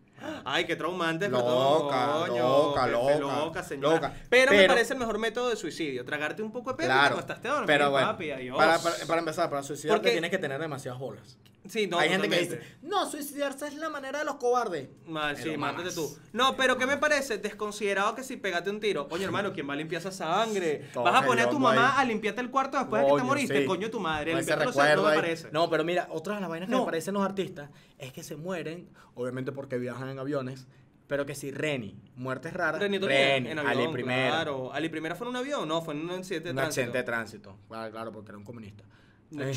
S3: Ay, qué traumante.
S4: Loca,
S3: perdón, coño,
S4: loca,
S3: qué
S4: loca,
S3: loca, señora.
S4: loca.
S3: Pero, me
S4: Pero-
S3: parece el mejor método de suicidio. Tragarte un poco de pedo y te
S4: claro.
S3: acostaste a dormir,
S4: pero bueno,
S3: papi, adiós.
S4: Para, para- para empezar, para suicidarte
S3: Porque-
S4: tienes que tener demasiadas bolas.
S3: Sí, no,
S4: Hay gente que
S3: totalmente.
S4: dice, no, suicidarse es la manera de los cobardes.
S3: Mal, sí,
S4: Pero
S3: mátate
S4: mamás.
S3: tú. No, pero ¿qué me parece? Desconsiderado que si pegate un tiro. Oye, hermano, ¿quién va a limpiar esa sangre?
S4: Todo
S3: Vas a poner a tu
S4: hediondo ahí.
S3: mamá a limpiarte el cuarto después de que te
S4: Coño,
S3: moriste.
S4: sí.
S3: Coño, tu madre.
S4: Con ese
S3: limpiarte los senos, no me
S4: recuerdo ahí.
S3: parece.
S4: No, pero mira, otra de las vainas que
S3: No.
S4: me parecen los artistas es que se mueren, obviamente porque viajan en aviones, pero que si Reni, muertes raras,
S3: Renny
S4: Reni,
S3: Tortilla, en avión,
S4: Ali Primera,
S3: Claro. ¿Ali Primera fue en un avión? No, fue en un accidente de
S4: un
S3: tránsito.
S4: accidente de tránsito. Claro, claro, porque era un comunista.
S3: No.
S4: Eh,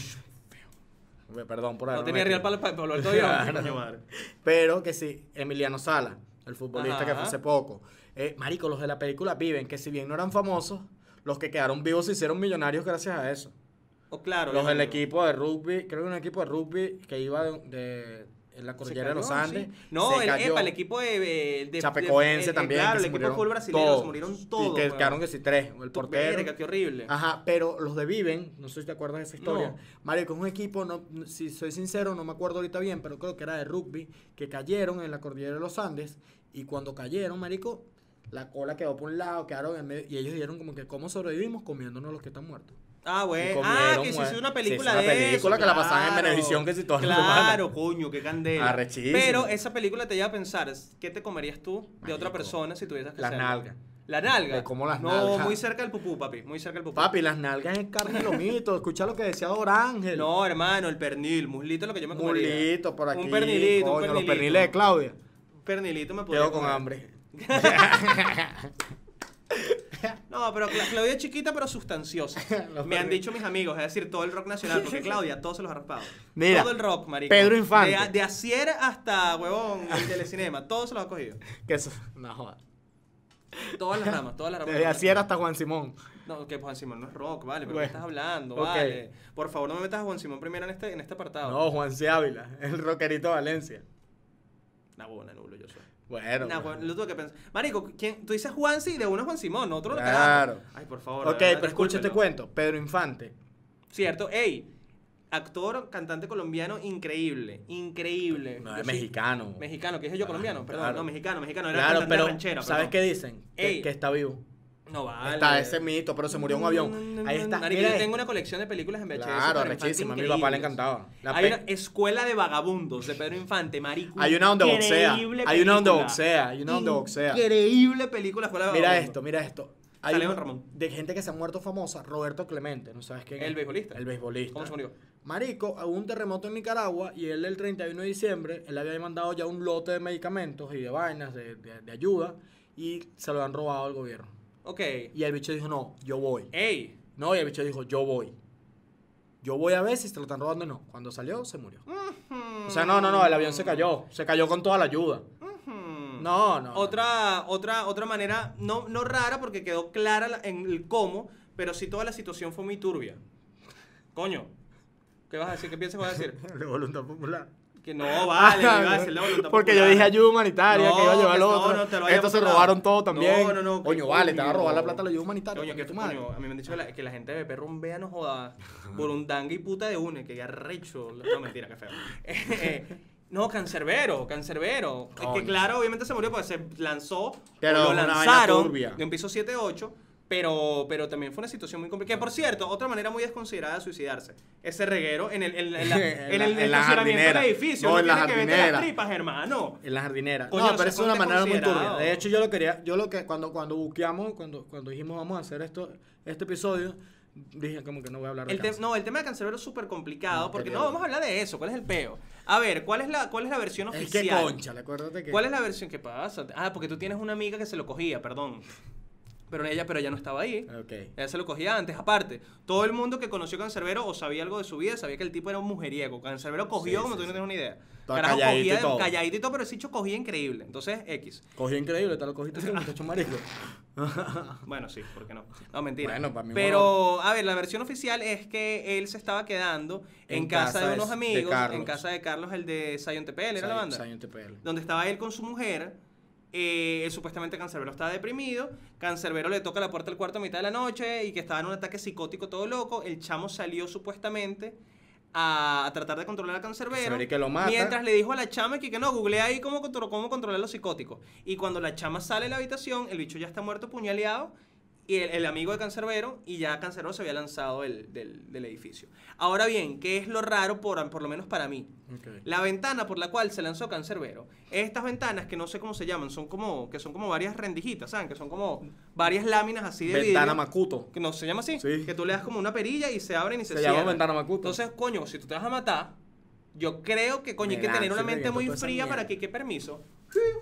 S4: feo. Perdón por
S3: No
S4: haberme
S3: tenía real
S4: metido.
S3: para para el avión. Coño, madre.
S4: Pero que si Emiliano Sala, el futbolista que fue
S3: Ajá.
S4: hace poco, eh, marico, los de la película viven, que si bien no eran famosos, los que quedaron vivos se hicieron millonarios gracias a eso.
S3: O Oh, claro.
S4: Los del
S3: obviamente.
S4: equipo de rugby, creo que un equipo de rugby que iba de, de- en la
S3: Se
S4: cordillera de los
S3: cayó,
S4: Andes.
S3: sí. No,
S4: se
S3: el,
S4: cayó.
S3: epa, el equipo de. de- de-
S4: Chapecoense
S3: de- de-
S4: también.
S3: Claro,
S4: que
S3: el
S4: se
S3: equipo de
S4: murieron
S3: fútbol brasileño,
S4: todos.
S3: se murieron
S4: Y
S3: todos.
S4: que
S3: weón.
S4: quedaron Ah, que si tres, el
S3: Tu
S4: portero.
S3: verga, qué horrible.
S4: Ajá, pero los de Viven, no sé si te acuerdas de esa historia.
S3: No.
S4: Marico, es un equipo, no, no- si soy sincero, no me acuerdo ahorita bien, pero creo que era de rugby, que cayeron en la cordillera de los Andes. Y cuando cayeron, Marico, La cola quedó por un lado, quedaron en medio. Y ellos dijeron como que, ¿cómo sobrevivimos? Comiéndonos los que están muertos.
S3: Ah,
S4: Y
S3: bueno. Ah,
S4: comieron,
S3: que se
S4: güey.
S3: hizo una
S4: Se hizo
S3: película
S4: una
S3: de
S4: película
S3: eso,
S4: que la pasaban en
S3: claro.
S4: Venevisión, que si todas las
S3: Claro, coño, qué candela.
S4: Arrechísimo.
S3: Pero esa película te lleva a pensar, ¿qué te comerías tú de otra
S4: Marico,
S3: persona si tuvieras que
S4: las
S3: hacerlo?
S4: nalgas.
S3: La nalga.
S4: Me como las
S3: no,
S4: nalgas.
S3: muy cerca del pupú, papi. Muy cerca del pupú.
S4: Papi, las nalgas es carne y lomito. Escucha lo que decía Orángel.
S3: No, hermano, el pernil. Muslito es lo que yo me comería.
S4: Mulito por aquí.
S3: Un pernilito, un
S4: coño, los
S3: pernilito.
S4: perniles de Claudia.
S3: Un pernilito me podría
S4: Quedo con
S3: comer.
S4: hambre.
S3: No, pero Cla- Claudia es chiquita, pero sustanciosa.
S4: Los
S3: me han
S4: perritos.
S3: dicho mis amigos, es decir, todo el rock nacional, porque Claudia, todo se los ha raspado.
S4: Mira,
S3: todo el rock, marico.
S4: Pedro Infante.
S3: De, a- de Asier hasta, huevón, el telecinema, todo se los ha cogido.
S4: Que eso. No joda.
S3: Todas las ramas, todas las ramas.
S4: Desde Asier hasta Juan Simón.
S3: No, que Juan Simón no es rock, vale, pero ¿qué
S4: Bueno,
S3: estás hablando,
S4: ok.
S3: vale. Por favor, no me metas a Juan Simón primero en este, en este apartado.
S4: No, Juan C. Ávila. El rockerito de Valencia.
S3: Nah, buena, nulo, yo soy.
S4: Bueno.
S3: Nah,
S4: bueno.
S3: bueno, lo tuve que pensar. Marico, ¿quién? tú dices Juan sí, de uno es Juan Simón, otro lo
S4: Claro.
S3: carajo. Ay, por favor.
S4: Ok,
S3: de verdad,
S4: pero escucha este
S3: discúlpenlo.
S4: cuento. Pedro Infante.
S3: Cierto, ey, actor, cantante colombiano increíble, increíble.
S4: No,
S3: Yo
S4: es
S3: sí-
S4: mexicano.
S3: Mexicano, que dije yo
S4: Ah,
S3: colombiano, perdón,
S4: claro.
S3: no, mexicano, mexicano, era
S4: Claro,
S3: cantante
S4: pero
S3: ranchera,
S4: ¿sabes qué
S3: perdón.
S4: dicen?
S3: Ey.
S4: Que, que está vivo.
S3: No vale.
S4: Está ese mito, pero se murió en un avión. Ahí está.
S3: Marico,
S4: mira
S3: yo
S4: esto.
S3: tengo una colección de películas en VHS.
S4: Claro,
S3: para infantes
S4: rechísima. A mi papá le
S3: increíbles.
S4: encantaba. La
S3: Hay
S4: pe-
S3: una escuela de vagabundos de Pedro Infante, marico.
S4: Hay una donde boxea.
S3: increíble
S4: Hay una donde
S3: película.
S4: boxea. Hay una donde boxea.
S3: Increíble película, escuela de
S4: Mira esto,
S3: vagabundos.
S4: mira esto.
S3: Sale
S4: un-
S3: Don Ramón.
S4: De gente que se ha muerto famosa. Roberto Clemente, ¿no sabes quién es?
S3: El beisbolista.
S4: El beisbolista.
S3: ¿Cómo se murió?
S4: Marico, hubo un terremoto en Nicaragua y él el 31 de diciembre, él había mandado ya un lote de medicamentos y de vainas, de, de- de ayuda, y se lo han robado al gobierno.
S3: Ok.
S4: Y el bicho dijo, no, yo voy.
S3: Ey.
S4: No, y el bicho dijo, yo voy. Yo voy a ver si se lo están robando o no. Cuando salió, se murió. O sea, no, no, no, el avión se cayó. Se cayó con toda la ayuda.
S3: Hmm.
S4: No, no.
S3: Otra, otra, otra manera, no, no rara porque quedó clara la- en el cómo, pero sí toda la situación fue muy turbia. Coño, ¿qué vas a decir? ¿Qué piensas que vas a decir?
S4: De voluntad popular.
S3: Que no, vale, no iba a decir la voluntad
S4: Porque
S3: popular.
S4: yo dije ayuda humanitaria, que iba a
S3: No,
S4: llevar
S3: que
S4: lo
S3: no,
S4: otro.
S3: no, te lo había
S4: Estos se
S3: mostrado.
S4: robaron todo también.
S3: No, no, no,
S4: Coño,
S3: qué
S4: vale, te van a
S3: coño.
S4: robar la plata de la ayuda humanitaria.
S3: Coño,
S4: coño,
S3: que
S4: tu
S3: coño,
S4: madre.
S3: a mí me han dicho que la, que la gente de Pepe Rumbea no joda. Burundanga y puta de une, que ya recho. No, mentira, qué feo. Eh, no, cancerbero, cancerbero. Es Que
S4: Coño.
S3: claro, obviamente se murió porque se lanzó,
S4: Pero
S3: o lo
S4: una vaina
S3: lanzaron
S4: turbia.
S3: de un piso 7-8. Pero, pero también fue una situación muy complicada. Que por cierto, otra manera muy desconsiderada de suicidarse. Ese reguero en el, en la- en la-
S4: En
S3: en
S4: la-
S3: el
S4: en la
S3: estacionamiento del
S4: jardinera.
S3: edificio.
S4: No,
S3: No,
S4: en la
S3: tiene que vender las
S4: jardinera.
S3: tripas, hermano.
S4: En la jardinera.
S3: Coño,
S4: no, pero
S3: o sea,
S4: eso es una
S3: ponte
S4: manera muy turbia.
S3: considerado.
S4: De hecho, yo lo quería, yo lo que, cuando, cuando busqueamos, cuando, cuando dijimos vamos a hacer esto, este episodio, dije como que no voy a hablar de
S3: El te-
S4: cáncer.
S3: no, el tema de cancerbero es súper complicado
S4: No,
S3: porque
S4: periodo.
S3: no vamos a hablar de eso. ¿Cuál es el peo? A ver, ¿cuál es la, cuál es la versión
S4: Es
S3: oficial?
S4: que concha, acuérdate que.
S3: ¿Cuál es la versión que pasa? Ah, porque tú tienes una amiga que se lo cogía, perdón. Pero ella, pero ella no estaba ahí.
S4: Ah, Ok.
S3: Ella se lo cogía antes. Aparte, todo el mundo que conoció a Cancerbero o sabía algo de su vida, sabía que el tipo era un mujeriego. Cancerbero cogió
S4: Sí,
S3: como
S4: sí,
S3: tú no
S4: sí.
S3: tienes una idea.
S4: Todo calladito
S3: cogía
S4: y
S3: de-
S4: todo.
S3: calladito y todo, pero ese chico cogía increíble. Entonces, X.
S4: Cogí increíble, te lo cogiste tú, muchacho marico.
S3: Bueno, sí, ¿por qué no? No, mentira.
S4: Bueno, para mí un
S3: Pero, a ver, la versión oficial es que él se estaba quedando en,
S4: En
S3: casa,
S4: casa
S3: de
S4: de-
S3: unos
S4: de
S3: amigos, en
S4: Carlos.
S3: casa de Carlos, el de Zion TPL, ¿era la banda?
S4: Zion TPL.
S3: donde estaba él con su mujer. eh, él supuestamente Cancerbero estaba deprimido. Cancerbero le toca la puerta del cuarto a mitad de la noche y que estaba en un ataque psicótico todo loco. El chamo salió supuestamente a, a tratar de controlar a Cancerbero.
S4: Cancerbero que lo mata.
S3: Mientras le dijo a la chama que, que no, googleé ahí cómo, contro- cómo controlar los psicóticos. Y cuando la chama sale de la habitación, el bicho ya está muerto puñaleado. Y el, el amigo de Cancerbero, y ya Cancerbero se había lanzado del, del- del edificio. Ahora bien, ¿qué es lo raro, por, por lo menos para mí?
S4: Ok.
S3: La ventana por la cual se lanzó Cancerbero. Estas ventanas que no sé cómo se llaman, son como que son como varias rendijitas, ¿saben? Que son como varias láminas así de
S4: Ventana
S3: vidrio.
S4: Macuto.
S3: Que no se llama así,
S4: Sí.
S3: que tú le das como una perilla y se abren y se,
S4: Se llama
S3: cierran.
S4: ventana Macuto.
S3: Entonces, coño, si tú te vas a matar, yo creo que coño hay
S4: Me
S3: que tener
S4: lanzo
S3: una
S4: y
S3: mente
S4: reviento
S3: muy
S4: toda esa
S3: fría
S4: mierda.
S3: para que qué permiso.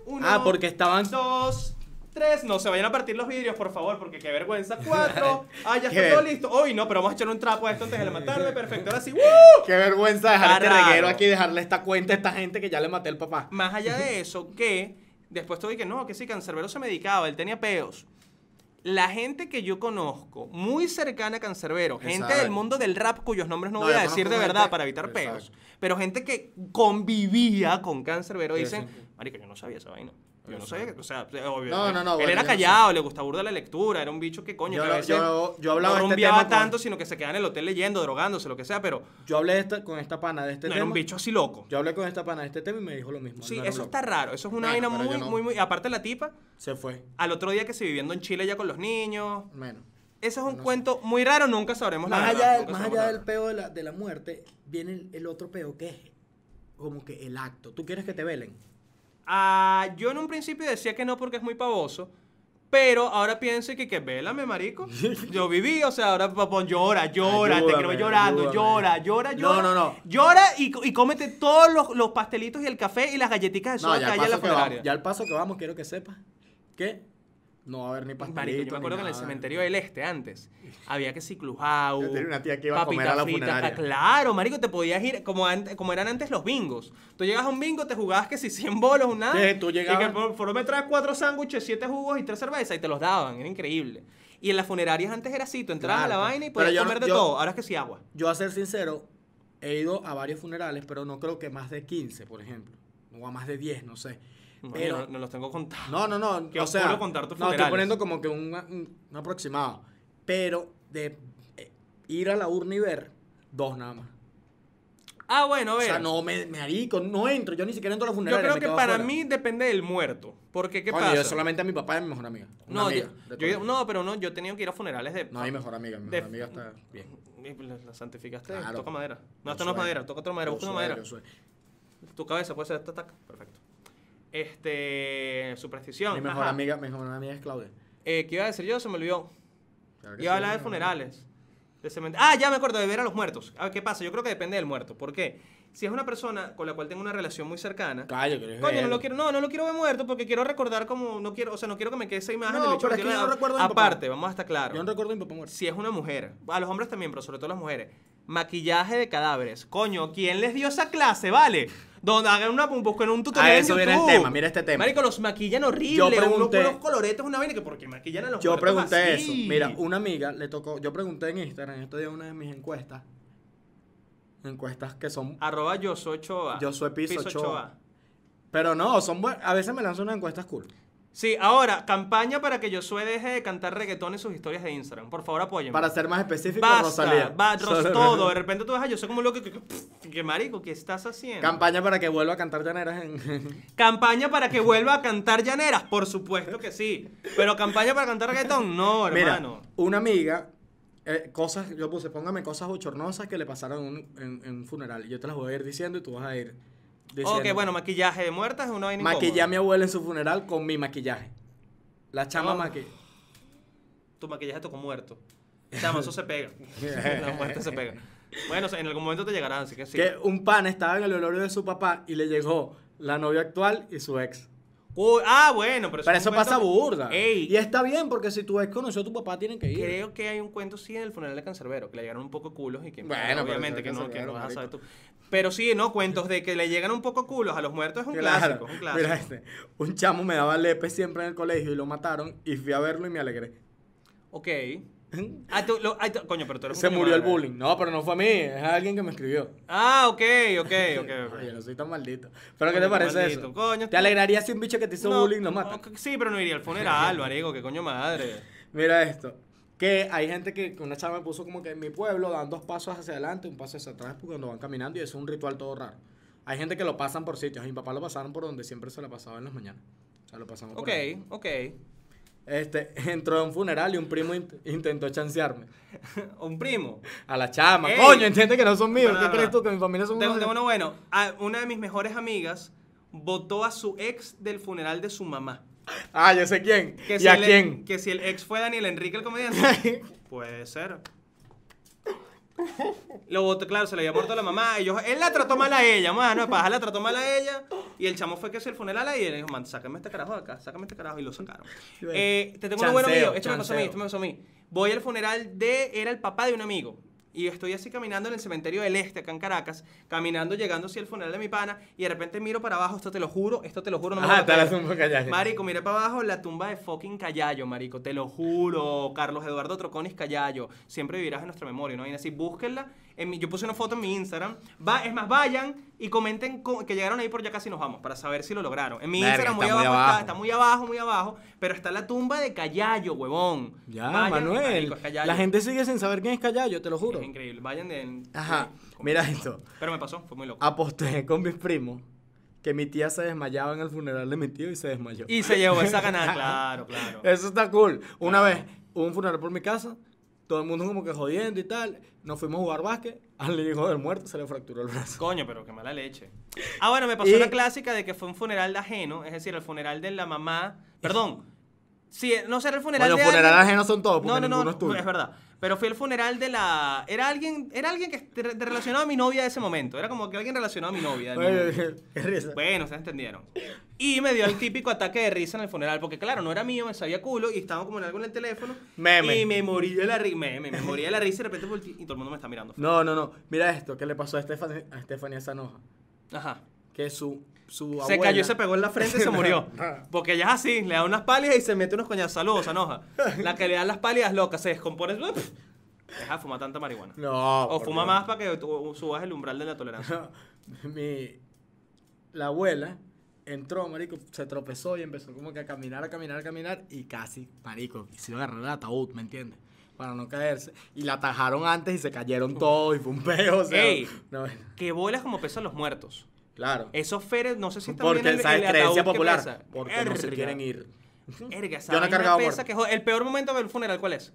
S3: Uno,
S4: Ah, porque estaban
S3: dos, tres, no se vayan a partir los vidrios, por favor, porque qué vergüenza. Cuatro, ah, ya
S4: Qué
S3: está todo
S4: ver-
S3: listo. Hoy no, pero vamos a echar un trapo a esto antes de la matarme, perfecto. Ahora sí, ¡woo!
S4: Qué vergüenza
S3: Está
S4: dejar este reguero
S3: raro.
S4: aquí, dejarle esta cuenta a esta gente que ya le maté el papá.
S3: Más allá de eso, que después tuve que no, que sí, Cancerbero se medicaba, él tenía peos. La gente que yo conozco, muy cercana a Cancerbero, gente
S4: Exacto.
S3: del mundo del rap cuyos nombres no,
S4: No,
S3: voy
S4: yo
S3: a decir
S4: conozco
S3: de
S4: gente-
S3: verdad para evitar peos,
S4: Exacto.
S3: pero gente que convivía con Cancerbero,
S4: Sí,
S3: dicen,
S4: sí.
S3: marica, yo no sabía esa vaina. Yo no sabía que, o sea, eh, obvio.
S4: No, no, no,
S3: Él era
S4: bueno, yo no sé.
S3: callado, le gustaba burda la lectura, era un bicho que coño,
S4: Yo
S3: que
S4: lo-
S3: a veces
S4: yo- yo hablaba de
S3: no
S4: este
S3: rumbeaba
S4: tema con-
S3: tanto, sino que se quedaba en el hotel leyendo, drogándose, lo que sea, pero
S4: Yo hablé de esta- con esta pana de este
S3: no
S4: tema.
S3: era un bicho así loco.
S4: Yo hablé con esta pana de este tema y me dijo lo mismo.
S3: sí,
S4: no era
S3: eso
S4: loco.
S3: está raro, eso es una
S4: Bueno,
S3: vaina
S4: pero
S3: muy,
S4: yo no.
S3: muy, muy, aparte la tipa,
S4: Se fue.
S3: al otro día que se viviendo en Chile ya con los niños,
S4: Bueno.
S3: ese es un cuento muy raro, nunca sabremos la
S4: Más
S3: verdad,
S4: allá del-
S3: nunca
S4: más
S3: sabremos
S4: allá
S3: la
S4: del
S3: verdad.
S6: peo de la, de la muerte, viene el, el otro peo que es como que el acto. ¿Tú quieres que te velen?
S3: Ah, yo en un principio decía que no porque es muy pavoso. Pero ahora pienso que que vélame, marico. Yo viví, o sea, ahora papón llora, llora, te quiero
S4: Ah, Ayúdame,
S3: llorando,
S4: ayúdame.
S3: llora, llora,
S4: No,
S3: llora.
S4: no, no.
S3: Llora y, co- y cómete todos los, los pastelitos y el café y las galletitas de
S4: No,
S3: soda que
S4: ya al,
S3: haya en la
S4: paso que vamos,
S3: funeraria.
S4: ya al paso que vamos, quiero que sepas que no va a haber ni pastelito.
S3: Marico, yo me
S4: ni
S3: acuerdo que en el
S4: nada.
S3: cementerio del Este antes había que si clujau,
S4: Yo tenía una tía que iba a comer a la funeraria.
S3: Claro, marico, te podías ir como, ante- como eran antes los bingos. Tú llegabas a un bingo, te jugabas que si 100 bolos o nada.
S4: Sí, tú llegabas-
S3: Y que por, por me traes cuatro sándwiches, siete jugos y tres cervezas y te los daban. Era increíble. Y en las funerarias antes era así, tú entrabas
S4: Claro,
S3: a la
S4: claro.
S3: vaina y
S4: Pero
S3: podías
S4: yo no-
S3: comer de
S4: yo-
S3: todo. Ahora es que sí agua.
S4: Yo, a ser sincero, he ido a varios funerales, pero no creo que más de 15, por ejemplo. O a más de 10, no sé.
S3: No,
S4: Pero-
S3: yo no, no los tengo contados.
S4: No, no, no.
S3: Qué
S4: o sea,
S3: oscuro contar tus
S4: no, estoy
S3: funerales.
S4: poniendo como que un, un- un aproximado. Pero de eh, ir a la urna y ver, dos nada más.
S3: Ah, bueno, a
S4: O
S3: ver.
S4: sea, no me, me arico, no entro. Yo ni siquiera entro a la
S3: yo
S4: funeraria.
S3: creo que para mí depende del muerto. Porque, ¿qué pasa?
S4: Yo solamente a mi papá y a mi mejor amiga. Una
S3: no,
S4: amiga,
S3: yo-
S4: de
S3: yo-
S4: todo.
S3: no, pero no, yo he tenido que ir a funerales de
S4: No, mi mejor amiga. Mi
S3: Ah, De-
S4: mejor amiga está bien.
S3: Y pues, La, la santificaste.
S4: Claro.
S3: Toca madera.
S4: Yo
S3: No, esto no es
S4: soy-
S3: madera. Toca otra madera.
S4: yo
S3: Busca una
S4: soy,
S3: madera.
S4: yo soy.
S3: Tu cabeza puede ser esta taca. Perfecto. Este. Superstición.
S4: Mi mejor
S3: ajá.
S4: amiga, mi mejor amiga es Claudia.
S3: Eh, ¿Qué iba a decir yo? Se me olvidó.
S4: Claro que
S3: Iba a
S4: sí,
S3: hablar de
S4: no.
S3: funerales. De cement- Ah, ya me acuerdo, de ver a los muertos. A ver, ¿qué pasa? Yo creo que depende del muerto. ¿Por qué? Si es una persona con la cual tengo una relación muy cercana.
S4: Callo, que
S3: Coño, no lo quiero, no, no lo quiero ver muerto porque quiero recordar como, no quiero, o sea, no quiero que me quede esa imagen
S4: No,
S3: del bicho
S4: pero es que
S3: metido en
S4: yo
S3: la-
S4: recuerdo a mi papá.
S3: Aparte, vamos a estar claros.
S4: Yo no recuerdo a mi papá muerto.
S3: si es una mujer, a los hombres también, pero sobre todo a las mujeres, maquillaje de cadáveres. Coño, ¿quién les dio esa clase, vale? Donde hagan una, busquen un tutorial
S4: Ah,
S3: en
S4: eso viene el
S3: YouTube.
S4: tema, mira este tema.
S3: Marico, los maquillan horrible.
S4: Yo
S3: uno con
S4: pregunté-
S3: unos coloretos, una vaina que porque maquillan a los
S4: Yo
S3: muertos
S4: pregunté
S3: así.
S4: eso. Mira, una amiga le tocó. Yo pregunté en Instagram, esto día una de mis encuestas. Encuestas que son.
S3: Arroba yo soy Ochoa.
S4: Yo soy Piso
S3: Ochoa.
S4: Ochoa. Pero no, son buenas. A veces me lanzan unas encuestas cool.
S3: Sí, ahora, campaña para que Josué deje de cantar reggaetón en sus historias de Instagram. Por favor, apóyenme.
S4: Para ser más específico,
S3: Basta,
S4: Rosalía.
S3: va, Ros-
S4: Solo-
S3: todo. De repente tú ves a Josué como loco. Que, que, que marico, ¿qué estás haciendo?
S4: Campaña para que vuelva a cantar llaneras en.
S3: Campaña para que vuelva a cantar llaneras, por supuesto que sí. Pero campaña para cantar reggaetón, no,
S4: Mira,
S3: hermano.
S4: una amiga. eh, cosas, yo puse, póngame cosas bochornosas que le pasaron un- en, en un funeral. Yo te las voy a ir diciendo y tú vas a ir. Diciendo,
S3: ok, bueno, maquillaje de muertas es una vaina
S4: Maquillé a
S3: incómoda.
S4: mi abuela en su funeral con mi maquillaje. La chama
S3: Oh.
S4: maquillé.
S3: Tu maquillaje tocó muerto. Chama, eso se pega. La muerte se pega. Bueno, o sea, en algún momento te llegarán, así que sí.
S4: Que un pan estaba en el velorio de su papá y le llegó la novia actual y su ex.
S3: Uy, ah, bueno, pero,
S4: Pero
S3: es un
S4: eso pasa
S3: cuento-
S4: burda.
S3: Ey,
S4: Y está bien, porque si tu ex conoció a tu papá, tienen que ir.
S3: Creo que hay un cuento, sí, en el funeral de Cancerbero, que le llegaron un poco culos y que,
S4: Bueno, pero
S3: obviamente,
S4: eso
S3: que
S4: es
S3: no, que no
S4: Cancerbero,
S3: vas a saber
S4: marico.
S3: tú. Pero sí, ¿no? Cuentos de que le llegan un poco culos a los muertos es un
S4: Claro.
S3: clásico, es un clásico.
S4: Mira este. Un chamo me daba lepe siempre en el colegio y lo mataron y fui a verlo y me alegré.
S3: Ok. Ah, tú- lo- ah, tú- coño, pero tú eres un
S4: Se
S3: coño
S4: murió el
S3: madre.
S4: bullying. No, pero no fue a mí, es a alguien que me escribió.
S3: Ah, ok, ok, ok. ok.
S4: Ay, yo no soy tan maldito. Pero ¿qué
S3: Coño,
S4: te parece
S3: maldito,
S4: eso?
S3: coño.
S4: ¿Te alegraría si un bicho que te hizo
S3: No,
S4: bullying lo mata?
S3: ok, Sí, pero no iría al funeral, marico, que coño madre.
S4: Mira esto. Que hay gente que que una chava me puso como que en mi pueblo dan dos pasos hacia adelante, un paso hacia atrás porque cuando van caminando y es un ritual todo raro. Hay gente que lo pasan por sitios. Mi papá lo pasaron por donde siempre se la pasaba en las mañanas. O sea, lo pasamos por
S3: Ok,
S4: ahí.
S3: ok.
S4: Este, entró a un funeral y un primo int- intentó chancearme.
S3: Un primo.
S4: A la chama.
S3: Ey.
S4: Coño, entiende que no son míos.
S3: No,
S4: ¿Qué
S3: no,
S4: crees
S3: no.
S4: tú? Que mi familia son
S3: Tengo,
S4: unos-
S3: tengo uno bueno. Ah, Una de mis mejores amigas votó a su ex del funeral de su mamá.
S4: Ah, yo sé quién.
S3: Que
S4: ¿Y
S3: si
S4: a
S3: el-
S4: quién?
S3: Que si el ex fue Daniel Enrique, el comediante. Puede ser. Lo votó, claro, se le había muerto a la mamá. Ellos, él la trató mal a ella, mano, de paja, la trató mal a ella. Y el chamo fue que hizo el funeral ahí y él dijo, man, sácame este carajo de acá, sácame este carajo. Y lo sacaron. Eh, te tengo uno bueno
S4: Chanceo,
S3: mío. Esto me pasó a mí,
S4: chanceo.
S3: esto me pasó a mí. Voy al funeral de, era el papá de un amigo. Y estoy así caminando en el cementerio del Este, acá en Caracas, caminando, llegando así al funeral de mi pana, y de repente miro para abajo, esto te lo juro, esto te lo juro, no me
S4: Ah,
S3: lo
S4: te la
S3: creo.
S4: zumbo callaje.
S3: Marico, miré para abajo la tumba de fucking Callayo, marico, te lo juro. Carlos Eduardo Troconis Callayo. Siempre vivirás en nuestra memoria, ¿no? Viene así, búsquenla en mi- yo puse una foto en mi Instagram. Va, es más, vayan y comenten co- que llegaron ahí por ya casi nos vamos, para saber si lo lograron. En mi
S4: Verga,
S3: Instagram muy
S4: está muy
S3: abajo,
S4: abajo.
S3: Está, está muy abajo, muy abajo, pero está la tumba de Callayo, huevón.
S4: Ya,
S3: Vayan,
S4: Manuel.
S3: marico, es Callayo.
S4: la gente sigue sin saber quién es Callayo, te lo juro.
S3: Es increíble, vayan de...
S4: Ajá, Ah,
S3: de-
S4: mira esto.
S3: Pero me pasó, fue muy loco.
S4: Aposté con mis primos que mi tía se desmayaba en el funeral de mi tío y se desmayó.
S3: Y se llevó esa ganada, claro, claro.
S4: Eso está cool.
S3: Ah.
S4: Una vez hubo un funeral por mi casa, todo el mundo como que jodiendo y tal. Nos fuimos a jugar básquet. Al hijo del muerto se le fracturó el brazo.
S3: Coño, pero qué mala leche. Ah, bueno, me pasó
S4: Y-
S3: la clásica de que fue un funeral de ajeno, es decir, el funeral de la mamá. Perdón. Sí, no será el funeral
S4: Bueno,
S3: de
S4: funeral
S3: alguien-
S4: ajeno son todos, porque
S3: no, no, no,
S4: ninguno es tuyo.
S3: Es verdad. Pero fue el funeral de la. Era alguien, era alguien que te- te relacionaba a mi novia de ese momento. Era como que alguien relacionado a mi novia. del
S4: Oye,
S3: momento.
S4: qué- qué risa.
S3: Bueno, se entendieron. Y me dio el típico ataque de risa en el funeral, porque claro, no era mío, me sabía culo y estaba como en algo en el teléfono.
S4: Meme.
S3: Y me morí de la risa. Meme, me morí de la risa y de repente volteé y todo el mundo me está mirando.
S4: No, no, no. Mira esto que le pasó a Estefanía, a Estefanía Sanoja.
S3: Ajá.
S4: Que su, su
S3: Se
S4: abuela-
S3: cayó y se pegó en la frente y se murió. Porque ella es así, le da unas pálidas y se mete unos coñazos. Saludos, Sanoja. La que le dan las pálidas locas, se descompone. pf, Deja de fumar tanta marihuana.
S4: No.
S3: o
S4: por
S3: fuma
S4: Dios.
S3: más para que tú subas el umbral de la tolerancia.
S4: mi, la abuela entró, marico, se tropezó y empezó como que a caminar, a caminar, a caminar y casi, marico, se iba a agarrar el ataúd, ¿me entiendes? Para no caerse. Y la atajaron antes y se cayeron todos y fue un peo, o sea,
S3: Ey.
S4: no,
S3: que bolas como pesan los muertos.
S4: claro.
S3: Esos feres, no sé si están
S4: Porque,
S3: viendo el,
S4: esa es
S3: el
S4: creencia
S3: ataúd que
S4: popular.
S3: pesa.
S4: Porque no se
S3: Erga,
S4: quieren ir.
S3: erga, esa
S4: Yo no he
S3: vaina
S4: cargado
S3: pesa
S4: muerto.
S3: que jode. El peor momento del funeral, ¿cuál es?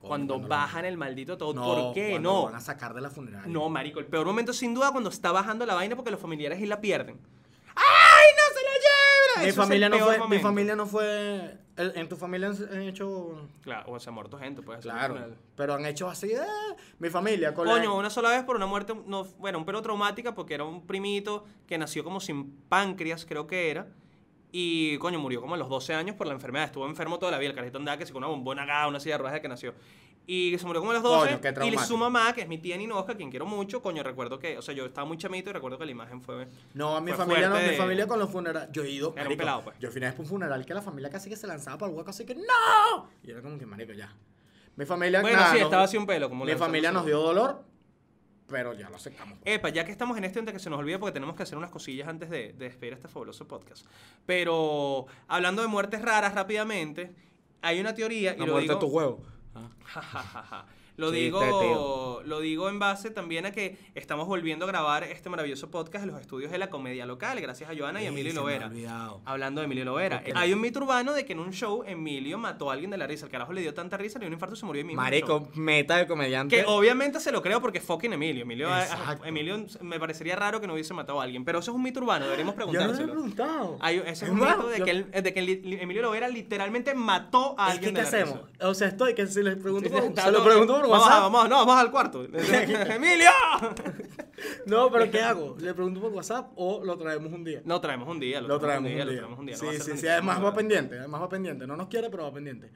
S4: Coño,
S3: Cuando
S4: lo-
S3: bajan el maldito ataúd. ¿Por qué?
S4: cuando lo
S3: No.
S4: van a sacar de la funeraria.
S3: No, marico, el peor momento sin duda cuando está bajando la vaina porque los familiares y la pierden. ¡Ay, no se lo lleven!
S4: Mi
S3: Eso es
S4: familia,
S3: el
S4: no
S3: peor
S4: fue, mi
S3: momento.
S4: familia no fue. el- En tu familia han han hecho.
S3: Claro, o sea, muerto gente, pues.
S4: Claro. Pero han hecho así. ah, Mi familia, con la-
S3: Coño, una sola vez por una muerte, no, bueno, un pelo traumática porque era un primito que nació como sin páncreas, creo que era. Y, coño, murió como a los 12 años por la enfermedad. Estuvo enfermo toda la vida. El carajito andaba que se con una bombona acá, una silla de ruedas de que nació. Y se murió como a los 12.
S4: Coño, qué
S3: y
S4: traumático.
S3: su mamá, que es mi tía Ninosca, quien quiero mucho, coño, recuerdo que, o sea, yo estaba muy chamito y recuerdo que la imagen fue...
S4: No, a mi
S3: fue
S4: familia no,
S3: fuerte
S4: mi
S3: de-
S4: familia con los funerales. Yo he ido.
S3: Era un
S4: marico,
S3: pelado, pues.
S4: Yo al final fue un funeral que la familia casi que se lanzaba para el hueco, así que ¡No! Y era como que, marico, ya. Mi familia.
S3: Bueno,
S4: nada,
S3: sí,
S4: no-
S3: estaba así un pelo. Como
S4: Mi
S3: lanzando
S4: familia
S3: su-
S4: nos dio dolor, pero ya lo pues. aceptamos.
S3: Epa, ya que estamos en esto, antes que se nos olvide, porque tenemos que hacer unas cosillas antes de, de despedir este fabuloso podcast. Pero hablando de muertes raras rápidamente, hay una teoría Eh, y
S4: La
S3: lo
S4: muerte
S3: digo.
S4: a tu huevo.
S3: Lo
S4: Chiste,
S3: digo,
S4: tío.
S3: lo digo en base también a que estamos volviendo a grabar este maravilloso podcast en los estudios de la comedia local, gracias a Joana y a
S4: Ey,
S3: Emilio
S4: se me ha
S3: Lovera.
S4: olvidado.
S3: Hablando de Emilio Lovera,
S4: Ok.
S3: hay un mito urbano de que en un show Emilio mató a alguien de la risa. El carajo le dio tanta risa, le dio un infarto y se murió ahí mismo en el show.
S4: Marico, meta de comediante.
S3: Que obviamente se lo creo porque fucking Emilio. Emilio, ah,
S4: Exacto.
S3: Emilio me parecería raro que no hubiese matado a alguien. Pero eso es un mito urbano, deberíamos
S4: yo no le he
S3: preguntárselo.
S4: preguntado.
S3: Hay- ese es un
S4: Hermano,
S3: mito de
S4: yo-
S3: que, él- de que li- li- Emilio Lovera literalmente mató a
S4: Es que,
S3: alguien. de
S4: ¿Qué
S3: la
S4: hacemos?
S3: risa.
S4: O sea, estoy que si les pregunto por-
S3: Está
S4: se lo
S3: todo-
S4: pregunto por
S3: vamos, a-
S4: WhatsApp.
S3: vamos, no, vamos al cuarto. ¡Emilio!
S4: No, pero ¿qué hago? ¿Le pregunto por WhatsApp o lo traemos un día?
S3: No, traemos un día.
S4: Lo traemos un día.
S3: Lo traemos un día. no va a
S4: Sí,
S3: ser
S4: sí,
S3: tan
S4: sí,
S3: difícil,
S4: además
S3: la
S4: va
S3: verdad.
S4: pendiente, además va pendiente. No nos quiere, pero va pendiente.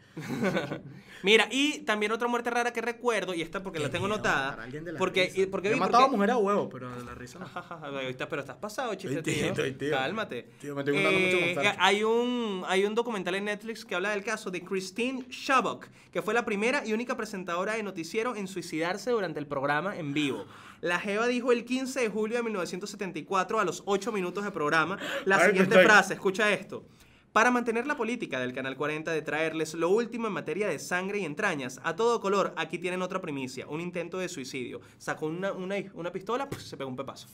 S3: Mira, y también otra muerte rara que recuerdo, y esta porque la
S4: Qué
S3: tengo
S4: miedo,
S3: notada.
S4: matar a alguien de la
S3: Porque,
S4: risa.
S3: y- porque
S4: Yo
S3: vi-
S4: mataba
S3: porque-
S4: a mujer a huevo, pero de la risa no.
S3: Jajaja, ahorita, pero estás pasado, chiste,
S4: Estoy tío, estoy tío.
S3: Cálmate. Eh,
S4: Tío, me estoy juntando mucho con Sancho.
S3: Hay un, hay un documental en Netflix que habla del caso de Christine Shabok, que fue la primera y única presentadora de noticiero en suicidarse durante el programa en vivo. La Jeva dijo el 15 de julio de 1974, a los 8 minutos de programa, la
S4: Ay, pues
S3: siguiente
S4: estoy-
S3: frase, escucha esto. Para mantener la política del Canal 40 de traerles lo último en materia de sangre y entrañas, a todo color, aquí tienen otra primicia, un intento de suicidio. Sacó una, una, una pistola, pues, se pegó un pepazo.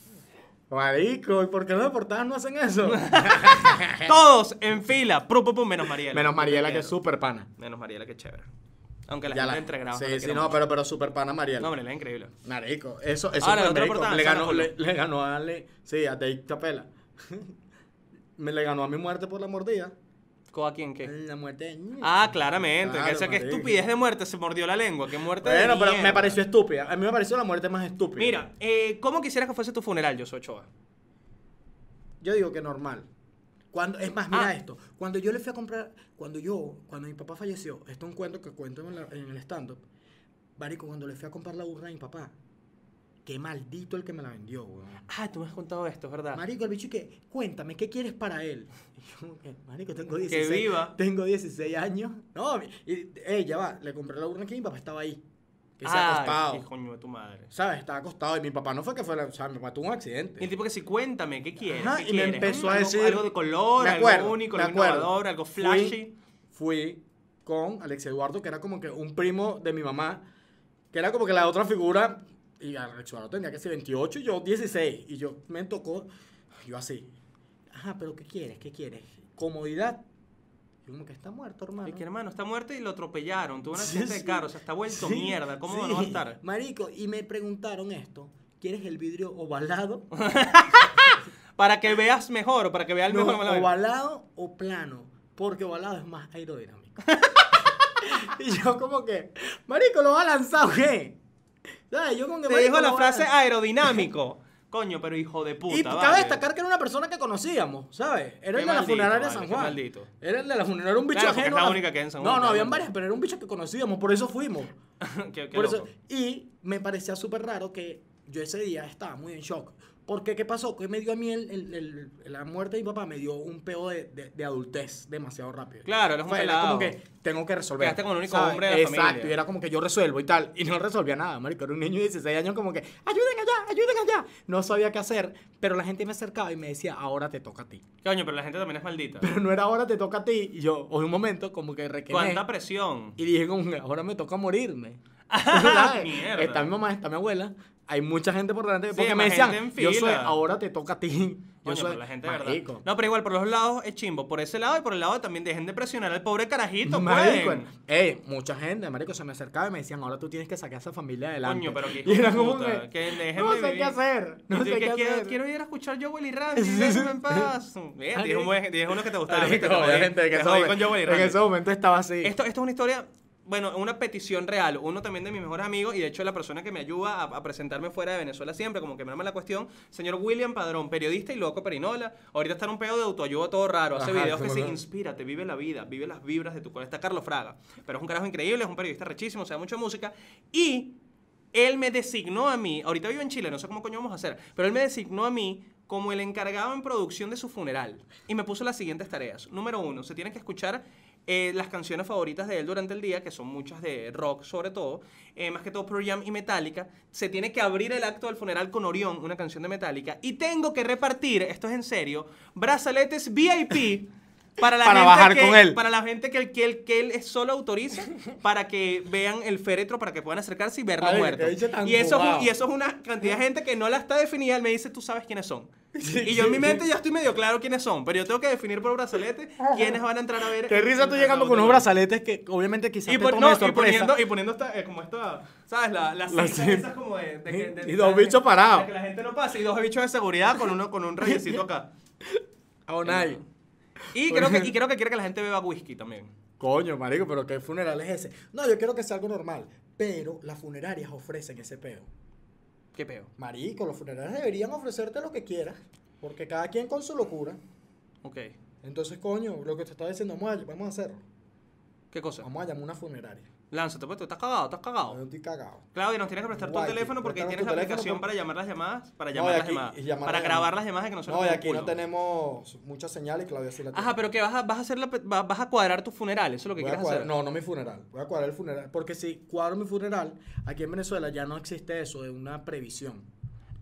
S4: Marico, ¿y por qué los deportados no hacen eso?
S3: Todos en fila, pru, pu, pu, menos Mariela.
S4: Menos Mariela, que es
S3: sub
S4: súper pana.
S3: Menos Mariela, que es chévere. Aunque la
S4: Ya
S3: gente entre grados.
S4: Sí, sí, no, pero, pero súper pana Mariela.
S3: No, Mariela es increíble.
S4: Marico, eso, eso
S3: Ahora,
S4: fue
S3: la otra
S4: marico.
S3: portada,
S4: le,
S3: Sara
S4: ganó,
S3: Polo.
S4: le, le ganó a Ale, sí, a Dave Capela. Me le ganó a mi muerte por la mordida.
S3: ¿Coa quién qué?
S4: La muerte de...
S3: Ah, claramente.
S4: Claro,
S3: o sea, qué
S4: marico.
S3: estupidez de muerte, se mordió la lengua. Qué muerte de
S4: Bueno, pero me
S3: mierda.
S4: pareció estúpida. A mí me pareció la muerte más estúpida.
S3: Mira, eh, ¿cómo quisieras que fuese tu funeral, yo soy Ochoa?
S4: Yo digo que normal. Cuando, es más, mira
S3: Ah.
S4: esto. Cuando yo le fui a comprar, cuando yo, cuando mi papá falleció, esto es un cuento que cuento en, la- en el stand-up. Marico, cuando le fui a comprar la urna a mi papá, qué maldito el que me la vendió, weón.
S3: Ah, tú me has contado esto, es verdad.
S4: Marico, el bicho y que, cuéntame, ¿qué quieres para él? Y yo como que, marico, tengo
S3: Que
S4: 16.
S3: viva.
S4: Tengo 16 años. No, mi- y, ey, ya va, le compré la urna aquí y mi papá estaba ahí. Que se
S3: Ah,
S4: ha acostado.
S3: Qué coño de tu madre.
S4: ¿Sabes? Estaba acostado. Y mi papá no fue que fuera. O sea, mi papá tuvo un accidente.
S3: Y el tipo que sí, cuéntame, ¿qué quieres?
S4: Ajá,
S3: ¿Qué
S4: y me
S3: quieres?
S4: empezó a
S3: Algo-
S4: decir-
S3: Algo de color,
S4: Me acuerdo,
S3: algo único,
S4: me
S3: algo
S4: acuerdo.
S3: innovador, algo
S4: Fui-
S3: flashy.
S4: Fui con Alex Eduardo, que era como que un primo de mi mamá, que era como que la otra figura. Y Alex Eduardo tenía que ser 28 y yo 16. Y yo me tocó, yo así. Ajá, pero ¿qué quieres? ¿Qué quieres? Comodidad. Yo como que está muerto, hermano.
S3: Y que hermano, está muerto y lo atropellaron. Tuvo un
S4: Sí,
S3: accidente
S4: sí.
S3: de carro, o sea, está vuelto
S4: Sí,
S3: mierda. ¿Cómo
S4: sí.
S3: no va a estar?
S4: Marico, y me preguntaron esto. ¿Quieres el vidrio ovalado?
S3: Para que veas mejor, o para que veas el
S4: No,
S3: mejor. me la-
S4: ovalado o plano, porque ovalado es más aerodinámico. y yo como que, marico, lo va a lanzar, o ¿qué? ¿Sabes? Yo como que,
S3: Te
S4: marico,
S3: dijo
S4: lo
S3: la
S4: va a
S3: frase
S4: lanzar.
S3: aerodinámico. Coño, pero hijo de puta.
S4: Y
S3: vale.
S4: cabe destacar que era una persona que conocíamos, ¿sabes? Era
S3: Qué
S4: el de la
S3: maldito,
S4: funeraria de
S3: vale,
S4: San
S3: qué
S4: Juan.
S3: maldito.
S4: Era el de la funeraria, era un bicho
S3: Claro, porque
S4: ajeno
S3: es la
S4: a
S3: única que hay en San
S4: No,
S3: Juan,
S4: no, habían
S3: claramente.
S4: varias, pero era un bicho que conocíamos, por eso fuimos.
S3: Qué- qué
S4: Por eso-
S3: loco.
S4: y me parecía súper raro que yo ese día estaba muy en shock. Porque, ¿qué pasó? Que me dio a mí el- el- el- la muerte de mi papá, me dio un peo de, de- de adultez demasiado rápido.
S3: Claro, eres un
S4: Fue-
S3: pelado.
S4: como que tengo que resolver.
S3: Quedaste como el único hombre de la
S4: Exacto,
S3: familia.
S4: y era como que yo resuelvo y tal. Y no resolvía nada, marico. Era un niño de 16 años como que, ayuden allá, ayuden allá. No sabía qué hacer, pero la gente me acercaba y me decía, ahora te toca a ti.
S3: Coño, pero la gente también es maldita.
S4: Pero no era ahora te toca a ti. Y yo, en un momento, como que requené.
S3: ¿Cuánta presión?
S4: Y dije, como, que, ahora me toca morirme.
S3: Ah, Mierda.
S4: Está mi mamá, está mi abuela. Hay mucha gente por delante.
S3: Sí,
S4: Porque me
S3: más
S4: decían,
S3: gente en
S4: yo soy,
S3: fila.
S4: ahora te toca a ti. Yo
S3: Coño,
S4: soy,
S3: pero la gente de
S4: marico.
S3: verdad. No, pero igual, por los lados es chimbo. Por ese lado y por el lado también dejen de presionar al pobre carajito, pues.
S4: Marico,
S3: pueden.
S4: eh, mucha gente, marico, se me acercaba y me decían, ahora tú tienes que sacar a esa familia adelante.
S3: Coño, pero qué
S4: y era como
S3: puta,
S4: que,
S3: que dejen
S4: no
S3: de
S4: sé qué
S3: vivir".
S4: hacer, no
S3: Y tú
S4: sé
S3: que
S4: qué
S3: quiero,
S4: hacer.
S3: quiero ir a escuchar Yo Willy Randy,
S4: Sí, sí, sí.
S3: déjame en paz. Eh,
S4: Ah,
S3: Tienes un buen- tienes uno que te gustaba.
S4: Marico,
S3: ¿viste? Te jodí-
S4: había gente que
S3: te
S4: en
S3: jodí
S4: ese
S3: con Yo Willy
S4: momento- en
S3: Randy.
S4: ese momento estaba así.
S3: Esto, esto es una historia, bueno, una petición real. Uno también de mis mejores amigos, y de hecho la persona que me ayuda a, a presentarme fuera de Venezuela siempre, como que me arma la cuestión, señor William Padrón, periodista y loco perinola. Ahorita está en un pedo de autoayuda todo raro. Hace
S4: Ajá,
S3: videos que
S4: ¿cómo
S3: sí,
S4: no?
S3: inspírate, vive la vida, vive las vibras de tu corazón. Está Carlos Fraga. Pero es un carajo increíble, es un periodista rechísimo, sabe mucho de música. Y él me designó a mí, ahorita vivo en Chile, no sé cómo coño vamos a hacer, pero él me designó a mí como el encargado en producción de su funeral. Y me puso las siguientes tareas. Número uno, se tienen que escuchar eh, las canciones favoritas de él durante el día, que son muchas de rock sobre todo, eh, más que todo Pearl Jam y Metallica. Se tiene que abrir el acto del funeral con Orión, una canción de Metallica. Y tengo que repartir, esto es en serio, brazaletes VIP. Para, la
S4: Para
S3: gente
S4: bajar
S3: que-
S4: con él.
S3: Para la gente que él, que él, que él solo autoriza para que vean el féretro, para que puedan acercarse y ver
S4: Ay,
S3: no
S4: qué
S3: muerto.
S4: bicho tan
S3: Y eso, es
S4: bobado.
S3: un- y eso es una cantidad de gente que no la está definida. Él me dice, tú sabes quiénes son. y yo en mi mente ya estoy medio claro quiénes son, pero yo tengo que definir por brazalete quiénes van a entrar a ver.
S4: Qué risa tú
S3: el-
S4: llegando
S3: el-
S4: con
S3: el-
S4: unos brazaletes que obviamente quizás
S3: y,
S4: te
S3: pon-
S4: tomen
S3: no,
S4: de
S3: y
S4: sorpresa.
S3: poniendo, y poniendo esta, eh, como esta, ¿sabes? La, las
S4: La
S3: cintas
S4: cinta.
S3: esas como de, de que- de-
S4: Y dos
S3: de- de-
S4: bichos parados.
S3: de Que la gente no pase. Y dos bichos de seguridad con uno con un rayecito acá.
S4: A Onay.
S3: Y creo, que, y creo que quiere que la gente beba whisky también.
S4: Coño, marico, pero qué funeral es ese. No, yo quiero que sea algo normal. Pero las funerarias ofrecen ese peo.
S3: Qué peo.
S4: Marico, los funerarios deberían ofrecerte lo que quieras. Porque cada quien con su locura.
S3: Ok.
S4: Entonces, coño, lo que te estaba diciendo, vamos a, vamos a hacerlo.
S3: ¿Qué cosa?
S4: Vamos a llamar a una funeraria.
S3: Lánzate, pues tú estás cagado, estás
S4: No,
S3: cagado.
S4: yo estoy cagado.
S3: Claudia, nos tienes que prestar tu
S4: Guay,
S3: teléfono porque
S4: préstanos
S3: tienes
S4: tu
S3: la
S4: teléfono
S3: aplicación
S4: por-
S3: para llamar las llamadas, para
S4: No,
S3: llamar
S4: y
S3: las
S4: aquí-
S3: llamadas,
S4: y llamar
S3: para
S4: las
S3: grabar
S4: llamadas.
S3: las llamadas de que no se
S4: No, y
S3: nos
S4: aquí no
S3: culo.
S4: tenemos muchas señales y Claudia sí la tiene.
S3: Ajá, pero que vas a, vas a hacer la pe- va- vas a cuadrar tu funeral, eso es lo que
S4: Voy a
S3: quieres
S4: cuadrar-
S3: hacer.
S4: No, no mi funeral. Voy a cuadrar el funeral. Porque si cuadro mi funeral, aquí en Venezuela ya no existe eso de una previsión.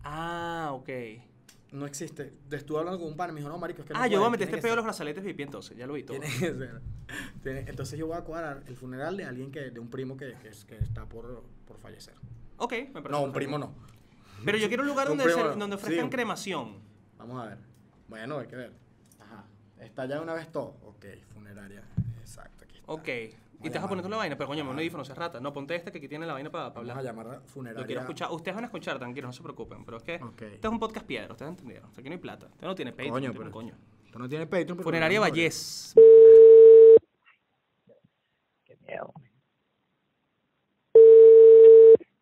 S3: Ah, ok.
S4: No existe. Estuve hablando con un pan, me dijo, no, marico, es que no
S3: ah, yo voy a
S4: puedes,
S3: meter este
S4: tiene que
S3: pedo de
S4: ser".
S3: los brazaletes VIP entonces, ya lo vi todo.
S4: Tiene que ser. Tiene- entonces yo voy a cuadrar el funeral de alguien que, de un primo que, que, que está por, por fallecer.
S3: Ok, me parece.
S4: No, un
S3: perfecto.
S4: primo no.
S3: Pero yo quiero un lugar
S4: Un
S3: donde,
S4: primo
S3: hacer-
S4: no.
S3: donde
S4: Sí,
S3: ofrezcan
S4: un-
S3: cremación.
S4: Vamos a ver. Bueno, hay que ver. Ajá. Está ya de una vez todo. Ok, funeraria. Exacto, aquí está.
S3: Ok.
S4: Vamos
S3: Y te vas
S4: llamar.
S3: a poner tú la vaina, pero coño, me un
S4: Ah.
S3: audífono, se rata. No, ponte este que aquí tiene la vaina para,
S4: Vamos a
S3: hablar.
S4: llamar a funeraria.
S3: Yo quiero escuchar. Ustedes van a escuchar, tranquilos, no se preocupen. Pero es que
S4: Ok.
S3: este es un podcast piedra, ustedes entendieron. O sea, aquí no hay plata. Usted no tiene Patreon,
S4: Coño,
S3: no tiene
S4: pero-
S3: un coño.
S4: Esto no tiene Patreon. pero-
S3: Funeraria Vallés.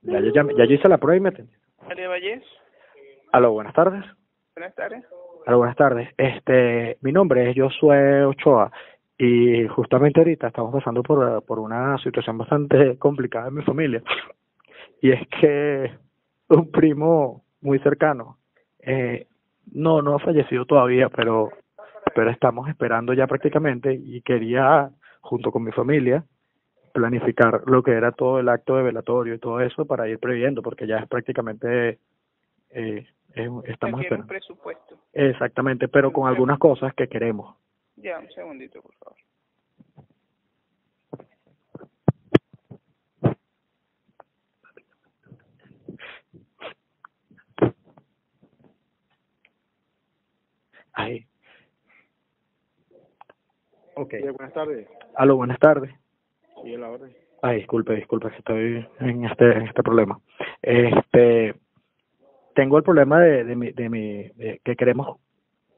S5: Ya yo, llamé- ya yo hice la prueba y me atendí.
S7: María Vallés,
S5: Aló, buenas tardes.
S7: buenas tardes.
S5: Aló, buenas tardes. Este, mi nombre es Josué Ochoa y justamente ahorita estamos pasando por, por una situación bastante complicada en mi familia. Y es que un primo muy cercano, eh, no, no ha fallecido todavía, pero, pero estamos esperando ya prácticamente y quería, junto con mi familia, planificar lo que era todo el acto de velatorio y todo eso para ir previendo, porque ya es prácticamente eh, es- estamos
S7: Requiere un
S5: esperando.
S7: presupuesto.
S5: Exactamente, pero con algunas cosas que queremos.
S7: Ya, un segundito, por favor.
S5: Ahí. Ok.
S8: Sí, buenas tardes.
S5: Aló, buenas tardes.
S8: Y la orden.
S5: Ay, disculpe, disculpe, que estoy en este, en este problema. Este, tengo el problema de, de mi, de mi, de que queremos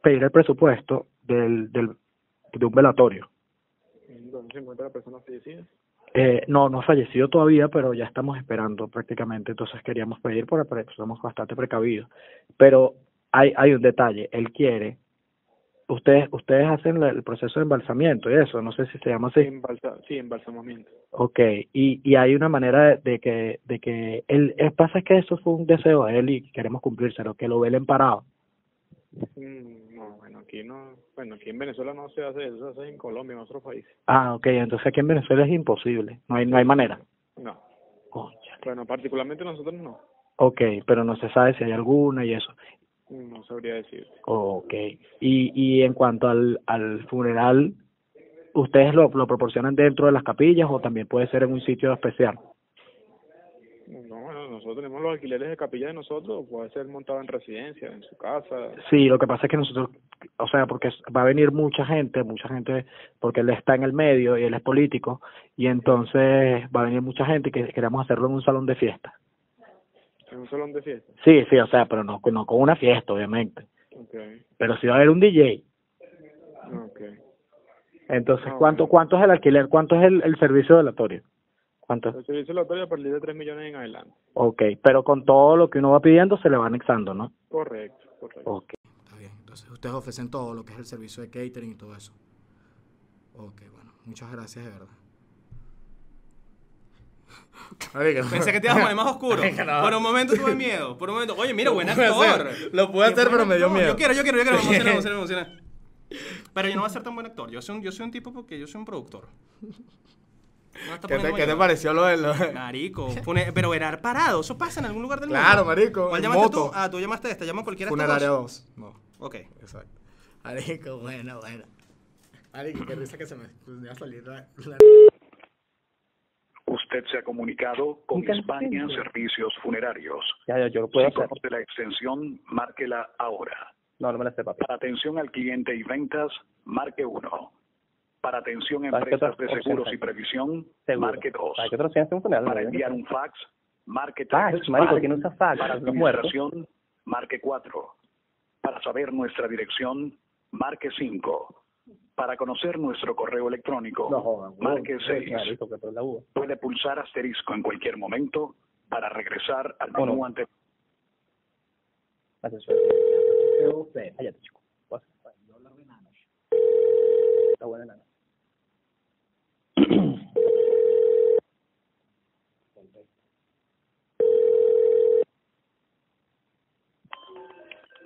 S5: pedir el presupuesto del, del, de un velatorio.
S8: ¿Dónde se encuentra la persona fallecida?
S5: Eh, no, no ha fallecido todavía, pero ya estamos esperando prácticamente, entonces queríamos pedir, por por eso somos bastante precavidos. Pero hay, hay un detalle, él quiere, ustedes, ustedes hacen la- el proceso de embalsamiento y eso, no sé si se llama así.
S8: Embalsa- sí, embalsamamiento.
S5: Okay, y, y hay una manera de, de que, de que él, el pasa es que eso fue un deseo de él y queremos cumplírselo, que lo velen parado.
S8: Mm, no, bueno, aquí no. Bueno, aquí en Venezuela no se hace eso, se hace en Colombia, en otros países.
S5: Ah, okay, entonces aquí en Venezuela es imposible, no hay, no hay manera.
S8: No.
S5: Concha.
S8: Bueno, particularmente nosotros no.
S5: Okay, pero no se sabe si hay alguna y eso.
S8: No sabría decirte.
S5: Okay, y, y en cuanto al, al funeral, ¿ustedes lo, lo proporcionan dentro de las capillas o también puede ser en un sitio especial?
S8: No, bueno, nosotros tenemos los alquileres de capilla de nosotros, o puede ser montado en residencia, en su casa.
S5: Sí, lo que pasa es que nosotros, o sea, porque es- va a venir mucha gente, mucha gente, porque él está en el medio y él es político, y entonces va a venir mucha gente que queremos hacerlo en un salón de fiesta.
S8: En un salón de fiesta.
S5: Sí, sí, o sea, pero no, no con una fiesta, obviamente,
S8: Ok.
S5: pero sí va a haber un DJ.
S8: Ok.
S5: Entonces,
S8: Ah,
S5: ¿cuánto,
S8: bueno.
S5: cuánto es el alquiler? ¿Cuánto es el, el servicio velatorio? ¿Cuánto?
S8: El servicio laboratorio a partir de 3 millones en adelante.
S5: Ok, pero con todo lo que uno va pidiendo se le va anexando, ¿no?
S8: Correcto, correcto.
S5: Ok.
S4: Está bien. Entonces, ustedes ofrecen todo lo que es el servicio de catering y todo eso. Ok, bueno. Muchas gracias, de verdad. Marica,
S3: Pensé que te ibas a poner más oscuro. Por un momento tuve miedo. Por un momento, oye, mira, buen
S4: pude
S3: actor.
S4: hacer, lo pude
S3: Qué
S4: hacer,
S3: buen
S4: pero me dio
S3: actor.
S4: miedo.
S3: Yo quiero, yo quiero, yo quiero. Me emociona, me emociona, me emociona. Pero yo no voy a ser tan buen actor. Yo soy un, yo soy un tipo porque yo soy un productor. No está
S4: ¿Qué te,
S3: poniendo
S4: qué te
S3: mayor.
S4: pareció lo de lo de-
S3: Marico, pone- pero verar parado, eso pasa en algún lugar del
S4: Claro,
S3: mundo.
S4: marico,
S3: ¿Cuál
S4: en
S3: llamaste
S4: moto.
S3: tú? Ah, tú llamaste a esta, llama a cualquiera de
S4: Funeraria
S3: estas
S4: 2. No,
S3: dos. Ok.
S4: exacto. Marico, bueno, bueno. Marico, qué risa que se me me iba a salir la- la
S9: Usted se ha comunicado con España Servicios Funerarios.
S5: Ya, ya, yo lo puedo
S9: Si
S5: hacer.
S9: conoce la extensión, márquela ahora.
S5: No, no me la sé, papi.
S9: Para atención al cliente y ventas, marque 1. Para atención a
S5: ¿Para qué
S9: empresas
S5: otra
S9: de
S5: opción
S9: seguros
S5: hay?
S9: y previsión,
S5: Seguro.
S9: marque 2.
S5: ¿Para qué otro sea un funeral?
S9: Para
S5: no, yo no
S9: enviar
S5: sé.
S9: un fax, marque 3.
S5: Fax, marico, ¿quién usa fax?
S9: Para
S5: Los muertos.
S9: administración, marque 4. Para saber nuestra dirección, marque 5. Para conocer nuestro correo electrónico,
S5: No jodan, huevón.
S9: marque 6.
S5: Marico, que por la uva.
S9: Puede pulsar asterisco en cualquier momento para regresar al
S5: Uno.
S9: menú anterior.
S5: Hace suerte. Yo sé, cállate, chico. Pasa. Está buena nana.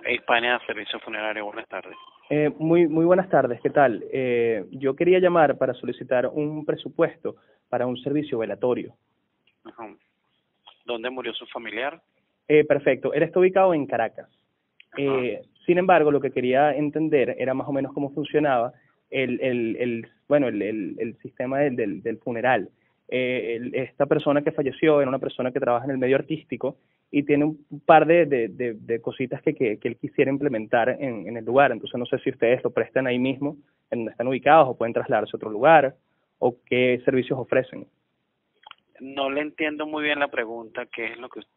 S10: España Servicio Funerario, buenas tardes.
S11: Eh, muy, muy buenas tardes, ¿qué tal? Eh, yo quería llamar para solicitar un presupuesto para un servicio velatorio.
S10: Ajá. ¿Dónde murió su familiar?
S11: Eh, perfecto, él está ubicado en Caracas. Eh, sin embargo, lo que quería entender era más o menos cómo funcionaba el, el, el bueno, el, el, el sistema del, del, del funeral. Eh, el- esta persona que falleció era una persona que trabaja en el medio artístico y tiene un par de, de, de, de cositas que, que, que él quisiera implementar en, en el lugar. Entonces, no sé si ustedes lo prestan ahí mismo, en donde están ubicados, o pueden trasladarse a otro lugar, o qué servicios ofrecen.
S10: No le entiendo muy bien la pregunta, qué es lo que usted...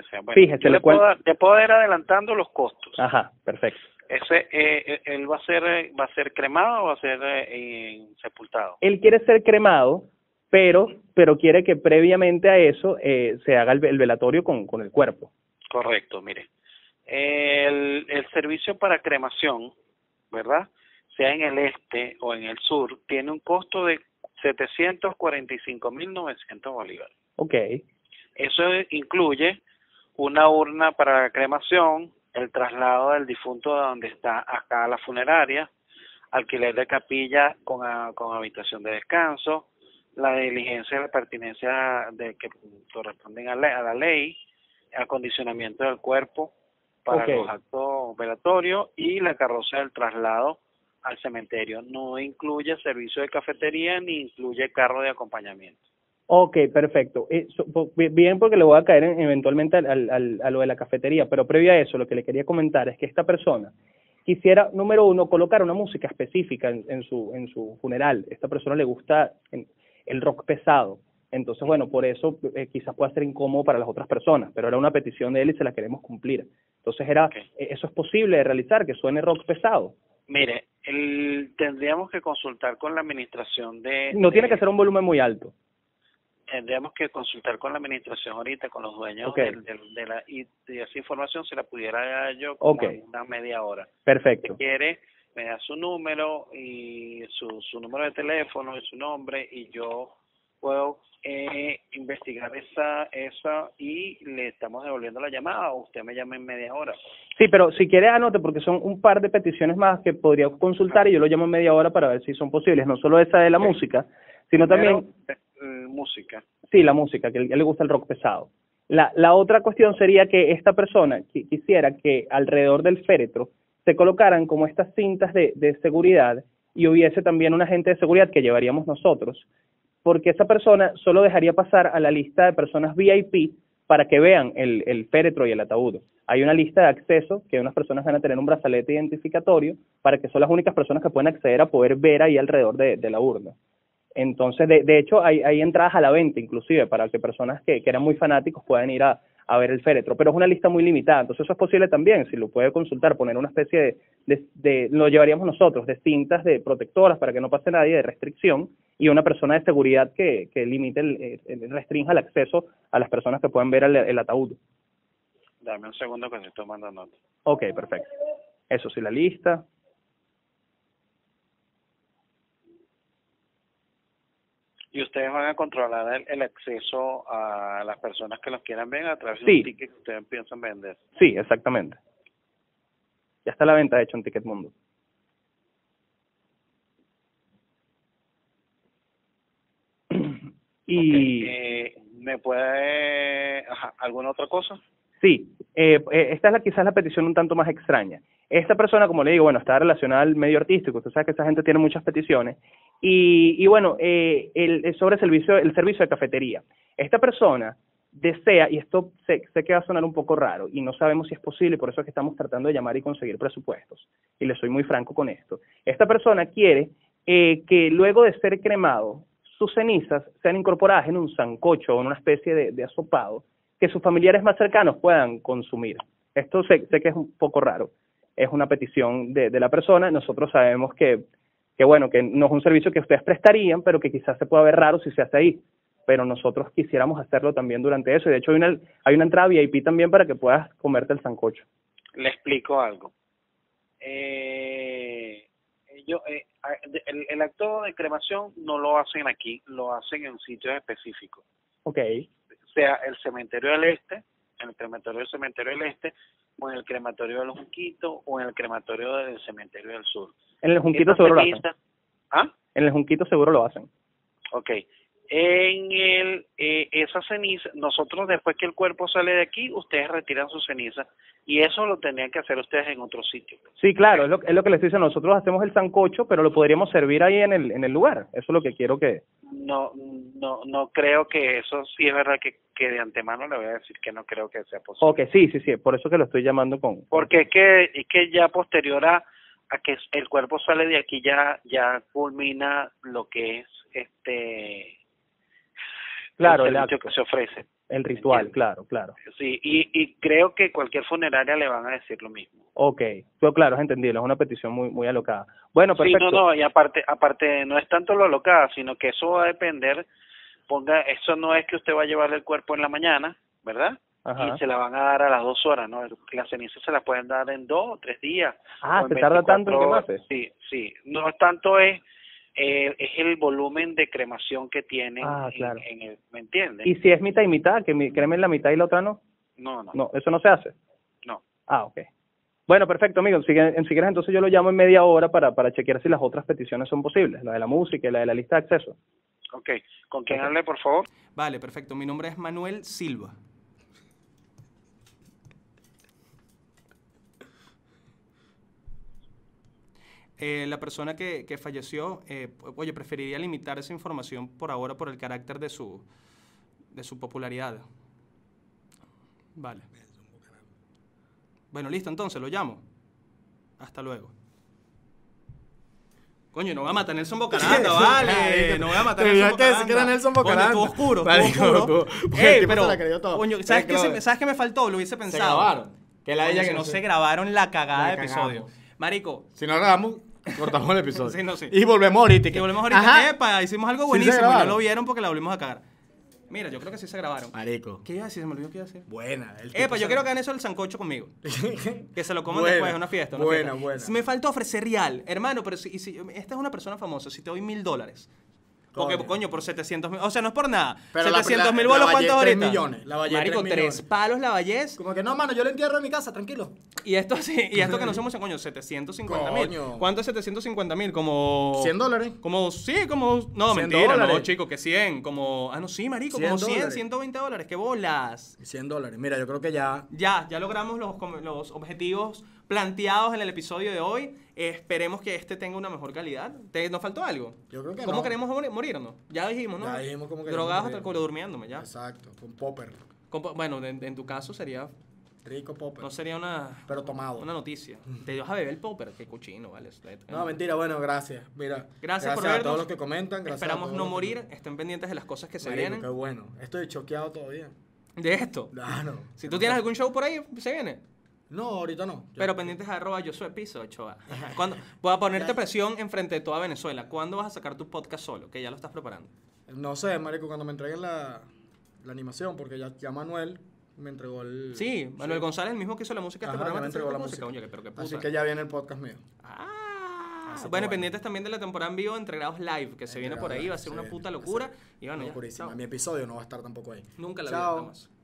S10: O sea, bueno,
S11: Fíjese,
S10: yo
S11: lo
S10: le,
S11: cual-
S10: puedo, dar- le puedo ir adelantando los costos.
S11: Ajá, perfecto.
S10: Ese, eh, eh, ¿Él va a ser eh, va a ser cremado o va a ser eh, eh, sepultado?
S11: él quiere ser cremado, pero, pero quiere que previamente a eso eh, se haga el, ve- el velatorio con, con el cuerpo.
S10: Correcto, mire. El, el servicio para cremación, ¿verdad? Sea en el este o en el sur, tiene un costo de 745.900 bolívares.
S11: Ok,
S10: Eso incluye una urna para la cremación, el traslado del difunto de donde está acá a la ah, funeraria, alquiler de capilla con, a- con habitación de descanso, la diligencia y la pertinencia de que corresponden a la, a la ley, acondicionamiento del cuerpo para
S3: Ok.
S10: los actos velatorios y la carroza del traslado al cementerio. No incluye servicio de cafetería ni incluye carro de acompañamiento.
S3: Ok, perfecto. Eh, so- po- bi- bien, porque le voy a caer en- eventualmente al- al- al- a lo de la cafetería, pero previo a eso, lo que le quería comentar es que esta persona quisiera, número uno, colocar una música específica en, en su, en su funeral. Esta persona le gusta en- el rock pesado. Entonces, bueno, por eso eh, quizás pueda ser incómodo para las otras personas, pero era una petición de él y se la queremos cumplir. Entonces, era, eh, eso es posible de realizar, que suene rock pesado.
S10: Mire, el- tendríamos que consultar con la administración de...
S3: No tiene
S10: de-
S3: que ser un volumen muy alto.
S10: tendríamos que consultar con la administración ahorita, con los dueños
S3: Ok.
S10: del- del- de, la, y de esa información se la pudiera yo como
S3: Ok.
S10: en una media hora.
S3: Perfecto.
S10: Si quiere, me da su número y su, su número de teléfono y su nombre y yo puedo eh, investigar esa esa y le estamos devolviendo la llamada o usted me llama en media hora.
S3: Sí, pero si quiere anote porque son un par de peticiones más que podría consultar y yo lo llamo en media hora para ver si son posibles. No solo esa de la música, sino
S10: Primero,
S3: también,
S10: eh, música.
S3: sí, la música, que a él le gusta el rock pesado. La, la otra cuestión sería que esta persona qui- quisiera que alrededor del féretro se colocaran como estas cintas de, de seguridad y hubiese también un agente de seguridad que llevaríamos nosotros, porque esa persona solo dejaría pasar a la lista de personas VIP para que vean el, el féretro y el ataúd. Hay una lista de acceso que unas personas van a tener un brazalete identificatorio para que son las únicas personas que pueden acceder a poder ver ahí alrededor de, de la urna. Entonces, de, de hecho, hay, hay entradas a la venta inclusive para que personas que, que eran muy fanáticos puedan ir a, a ver el féretro, pero es una lista muy limitada, entonces eso es posible también, si lo puede consultar, poner una especie de, de, de- lo llevaríamos nosotros, de cintas de protectoras para que no pase nadie, de restricción, y una persona de seguridad que, que limite, el, eh, eh, restrinja el acceso a las personas que puedan ver el, el ataúd.
S10: Dame un segundo que se estoy mandando nota.
S3: Ok, perfecto. Eso sí, la lista.
S10: Y ustedes van a controlar el, el acceso a las personas que los quieran ver a través de
S3: Sí.
S10: un ticket que ustedes piensan vender.
S3: Sí, exactamente. Ya está a la venta, de hecho, en Ticketmundo. Y
S10: Eh, ¿Me puede... ajá, ¿Alguna otra cosa?
S3: Sí, eh, eh, esta es la, quizás la petición un tanto más extraña. Esta persona, como le digo, bueno, está relacionada al medio artístico, usted sabe que esa gente tiene muchas peticiones, y, y bueno, eh, el, es sobre servicio, el servicio de cafetería. Esta persona desea, y esto sé, sé que va a sonar un poco raro, y no sabemos si es posible, por eso es que estamos tratando de llamar y conseguir presupuestos, y le soy muy franco con esto. Esta persona quiere eh, que luego de ser cremado, sus cenizas sean incorporadas en un sancocho o en una especie de- de asopado, que sus familiares más cercanos puedan consumir. Esto sé, sé que es un poco raro, es una petición de, de la persona, nosotros sabemos que, que, bueno, que no es un servicio que ustedes prestarían, pero que quizás se pueda ver raro si se hace ahí, pero nosotros quisiéramos hacerlo también durante eso, y de hecho hay una, hay una entrada VIP también para que puedas comerte el sancocho.
S10: Le explico algo. Eh, yo, eh, a- de- el, el acto de cremación no lo hacen aquí, lo hacen en sitios específicos.
S3: Ok,
S10: sea el cementerio del Este, en el crematorio del cementerio del Este, o en el crematorio del Junquito, o en el crematorio del cementerio del Sur.
S3: en el Junquito
S10: Esas
S3: seguro lo hacen.
S10: cenizas- ¿Ah?
S3: En el Junquito seguro lo hacen.
S10: Ok. En el, eh, esa ceniza, nosotros después que el cuerpo sale de aquí, ustedes retiran su ceniza y eso lo tendrían que hacer ustedes en otro sitio.
S3: Sí, claro, es lo, es lo que les dice, nosotros hacemos el sancocho, pero lo podríamos servir ahí en el, en el lugar, eso es lo que quiero que...
S10: No, no, no creo que eso sí es verdad que, que de antemano le voy a decir que no creo que sea posible.
S3: Ok, sí, sí, sí, por eso que lo estoy llamando con...
S10: Porque es que, es que ya posterior a, a que el cuerpo sale de aquí ya, ya culmina lo que es este
S3: Claro,
S10: el
S3: el,
S10: servicio
S3: acto,
S10: que se ofrece.
S3: el ritual, claro, claro.
S10: Sí, y, y creo que cualquier funeraria le van a decir lo mismo.
S3: Ok, yo, claro, es entendible, es una petición muy, muy alocada. Bueno, perfecto.
S10: Sí, no, no, y aparte, aparte no es tanto lo alocada, sino que eso va a depender, ponga, eso no es que usted va a llevarle el cuerpo en la mañana, ¿verdad?
S3: Ajá.
S10: Y se la van a dar a las dos horas, ¿no? Las cenizas se las pueden dar en dos o tres días.
S3: Ah,
S10: o en
S3: se tarda tanto en
S10: 24
S3: quemarse.
S10: horas. Sí, sí, no es tanto es, eh, es el volumen de cremación que tienen,
S3: Ah, claro.
S10: en, en el, ¿me entiendes?
S3: Y si es mitad y mitad, que mi- cremen la mitad y la otra no.
S10: No, no,
S3: No, eso no se hace.
S10: no.
S3: Ah, ok. Bueno, perfecto, amigo. Si, que- si quieres, entonces yo lo llamo en media hora para, para chequear si las otras peticiones son posibles, la de la música y la de la lista de acceso.
S10: Ok, ¿con quién hablé, por favor?
S3: Vale, perfecto. Mi nombre es Manuel Silva. Eh, la persona que, que falleció, eh, oye, preferiría limitar esa información por ahora por el carácter de su, de su popularidad. Vale. Bueno, listo, entonces, lo llamo. Hasta luego. Coño, no voy a matar a Nelson Bocaranda, vale. No voy a matar a
S4: Tenía
S3: Nelson
S4: que
S3: Bocaranda.
S4: decir que era Nelson Bocaranda.
S3: Coño, estuvo oscuro,
S4: Marico,
S3: estuvo oscuro.
S4: tú- porque el
S3: Ey,
S4: tipo se
S3: pero,
S4: la creyó todo.
S3: coño, ¿sabes
S4: Se
S3: qué, se, me-
S4: grabó.
S3: ¿sabes qué me faltó? Lo hubiese pensado.
S4: grabaron. Que la
S3: Coño,
S4: ella
S3: si
S4: que
S3: no
S4: no
S3: se
S4: sé.
S3: grabaron la cagada
S4: La
S3: de episodio.
S4: cagamos.
S3: Marico.
S4: Si no grabamos, cortamos el episodio.
S3: Sí, no, sí.
S4: Y volvemos ahorita.
S3: Y volvemos ahorita.
S4: Ajá.
S3: Epa, hicimos algo
S4: Sí se
S3: buenísimo. no
S4: grabaron.
S3: lo vieron porque la volvimos a cagar. Mira, yo creo que sí se grabaron.
S4: Marico.
S3: ¿Qué iba a decir? Se me olvidó qué iba a decir.
S4: Buena. el tipo
S3: Epa, yo
S4: sabe.
S3: quiero que hagan eso el sancocho conmigo. que se lo coman
S4: Buena,
S3: después, es una fiesta. Una
S4: buena,
S3: fiesta.
S4: buena.
S3: Me falta ofrecer real. Hermano, pero si, y si- esta es una persona famosa, si te doy mil dólares. Porque,
S4: Coño.
S3: coño, por 700 mil. O sea, no es por nada.
S4: Pero la-
S3: 700 mil
S4: la- la
S3: bolos,
S4: Vallés,
S3: ¿cuántos
S4: tres
S3: ahorita?
S4: millones, la Vallés,
S3: Marico,
S4: tres
S3: tres
S4: millones.
S3: palos la Vallés.
S4: Como que no, mano, yo lo entierro en mi casa, tranquilo.
S3: Y esto, sí, y esto que no somos, coño, 750 mil.
S4: Coño.
S3: ¿Cuánto es 750 mil? Como.
S4: 100 dólares.
S3: Como, sí, como. No,
S4: 100
S3: mentira, no,
S4: dólares.
S3: chico, que 100. Como. Ah, no, sí, marico,
S4: 100
S3: como 100,
S4: dólares.
S3: 120 dólares. ¡Qué bolas!
S4: 100 dólares. Mira, yo creo que ya.
S3: Ya, ya logramos los, com- los objetivos planteados en el episodio de hoy. Esperemos que este tenga una mejor calidad. ¿Te- ¿Nos faltó algo?
S4: Yo creo que
S3: ¿Cómo
S4: no.
S3: queremos mori- morirnos? Ya dijimos, ¿no?
S4: Ya dijimos cómo queremos
S3: Drogados hasta el
S4: morirnos.
S3: culo durmiéndome, ya.
S4: Exacto, con popper.
S3: Compa- Bueno, en, en tu caso sería.
S4: Rico popper.
S3: No sería una,
S4: Pero tomado.
S3: una noticia. Te vas a beber el popper, qué cochino, ¿vale?
S4: No, mentira, bueno, gracias. Mira,
S3: Gracias, por
S4: a
S3: vernos.
S4: todos los que comentan. Gracias a
S3: Esperamos
S4: todos
S3: no
S4: los que-
S3: morir. Estén pendientes de las cosas que se
S4: Marico,
S3: vienen.
S4: Qué bueno. Estoy choqueado todavía.
S3: De esto.
S4: Claro.
S3: Si tú tienes algún show por ahí, se viene.
S4: No, ahorita no. Yo-
S3: Pero pendientes a arroba yo soy piso, Ochoa. Cuando, voy a ponerte presión enfrente de toda Venezuela. ¿Cuándo vas a sacar tu podcast solo? Que ya lo estás preparando.
S4: No sé, marico, cuando me entreguen la, la animación, porque ya, ya Manuel me entregó el...
S3: Sí, Manuel González, el mismo que hizo la música de este
S4: Ajá, ya
S3: programa, te
S4: me entregó la
S3: sacó
S4: música.
S3: Oye, pero qué puta.
S4: Así que ya viene el podcast mío.
S3: Ah,
S4: Así
S3: bueno,
S4: que bueno.
S3: y pendientes también de la temporada en vivo, entregados live, que se viene por ahí, va a ser
S4: Sí,
S3: una
S4: viene,
S3: puta
S4: va a
S3: locura.
S4: ser
S3: Y bueno, ya,
S4: locurísima.
S3: chao.
S4: Mi episodio no va a estar tampoco ahí.
S3: Nunca la vi,
S4: Chao.
S3: nada más.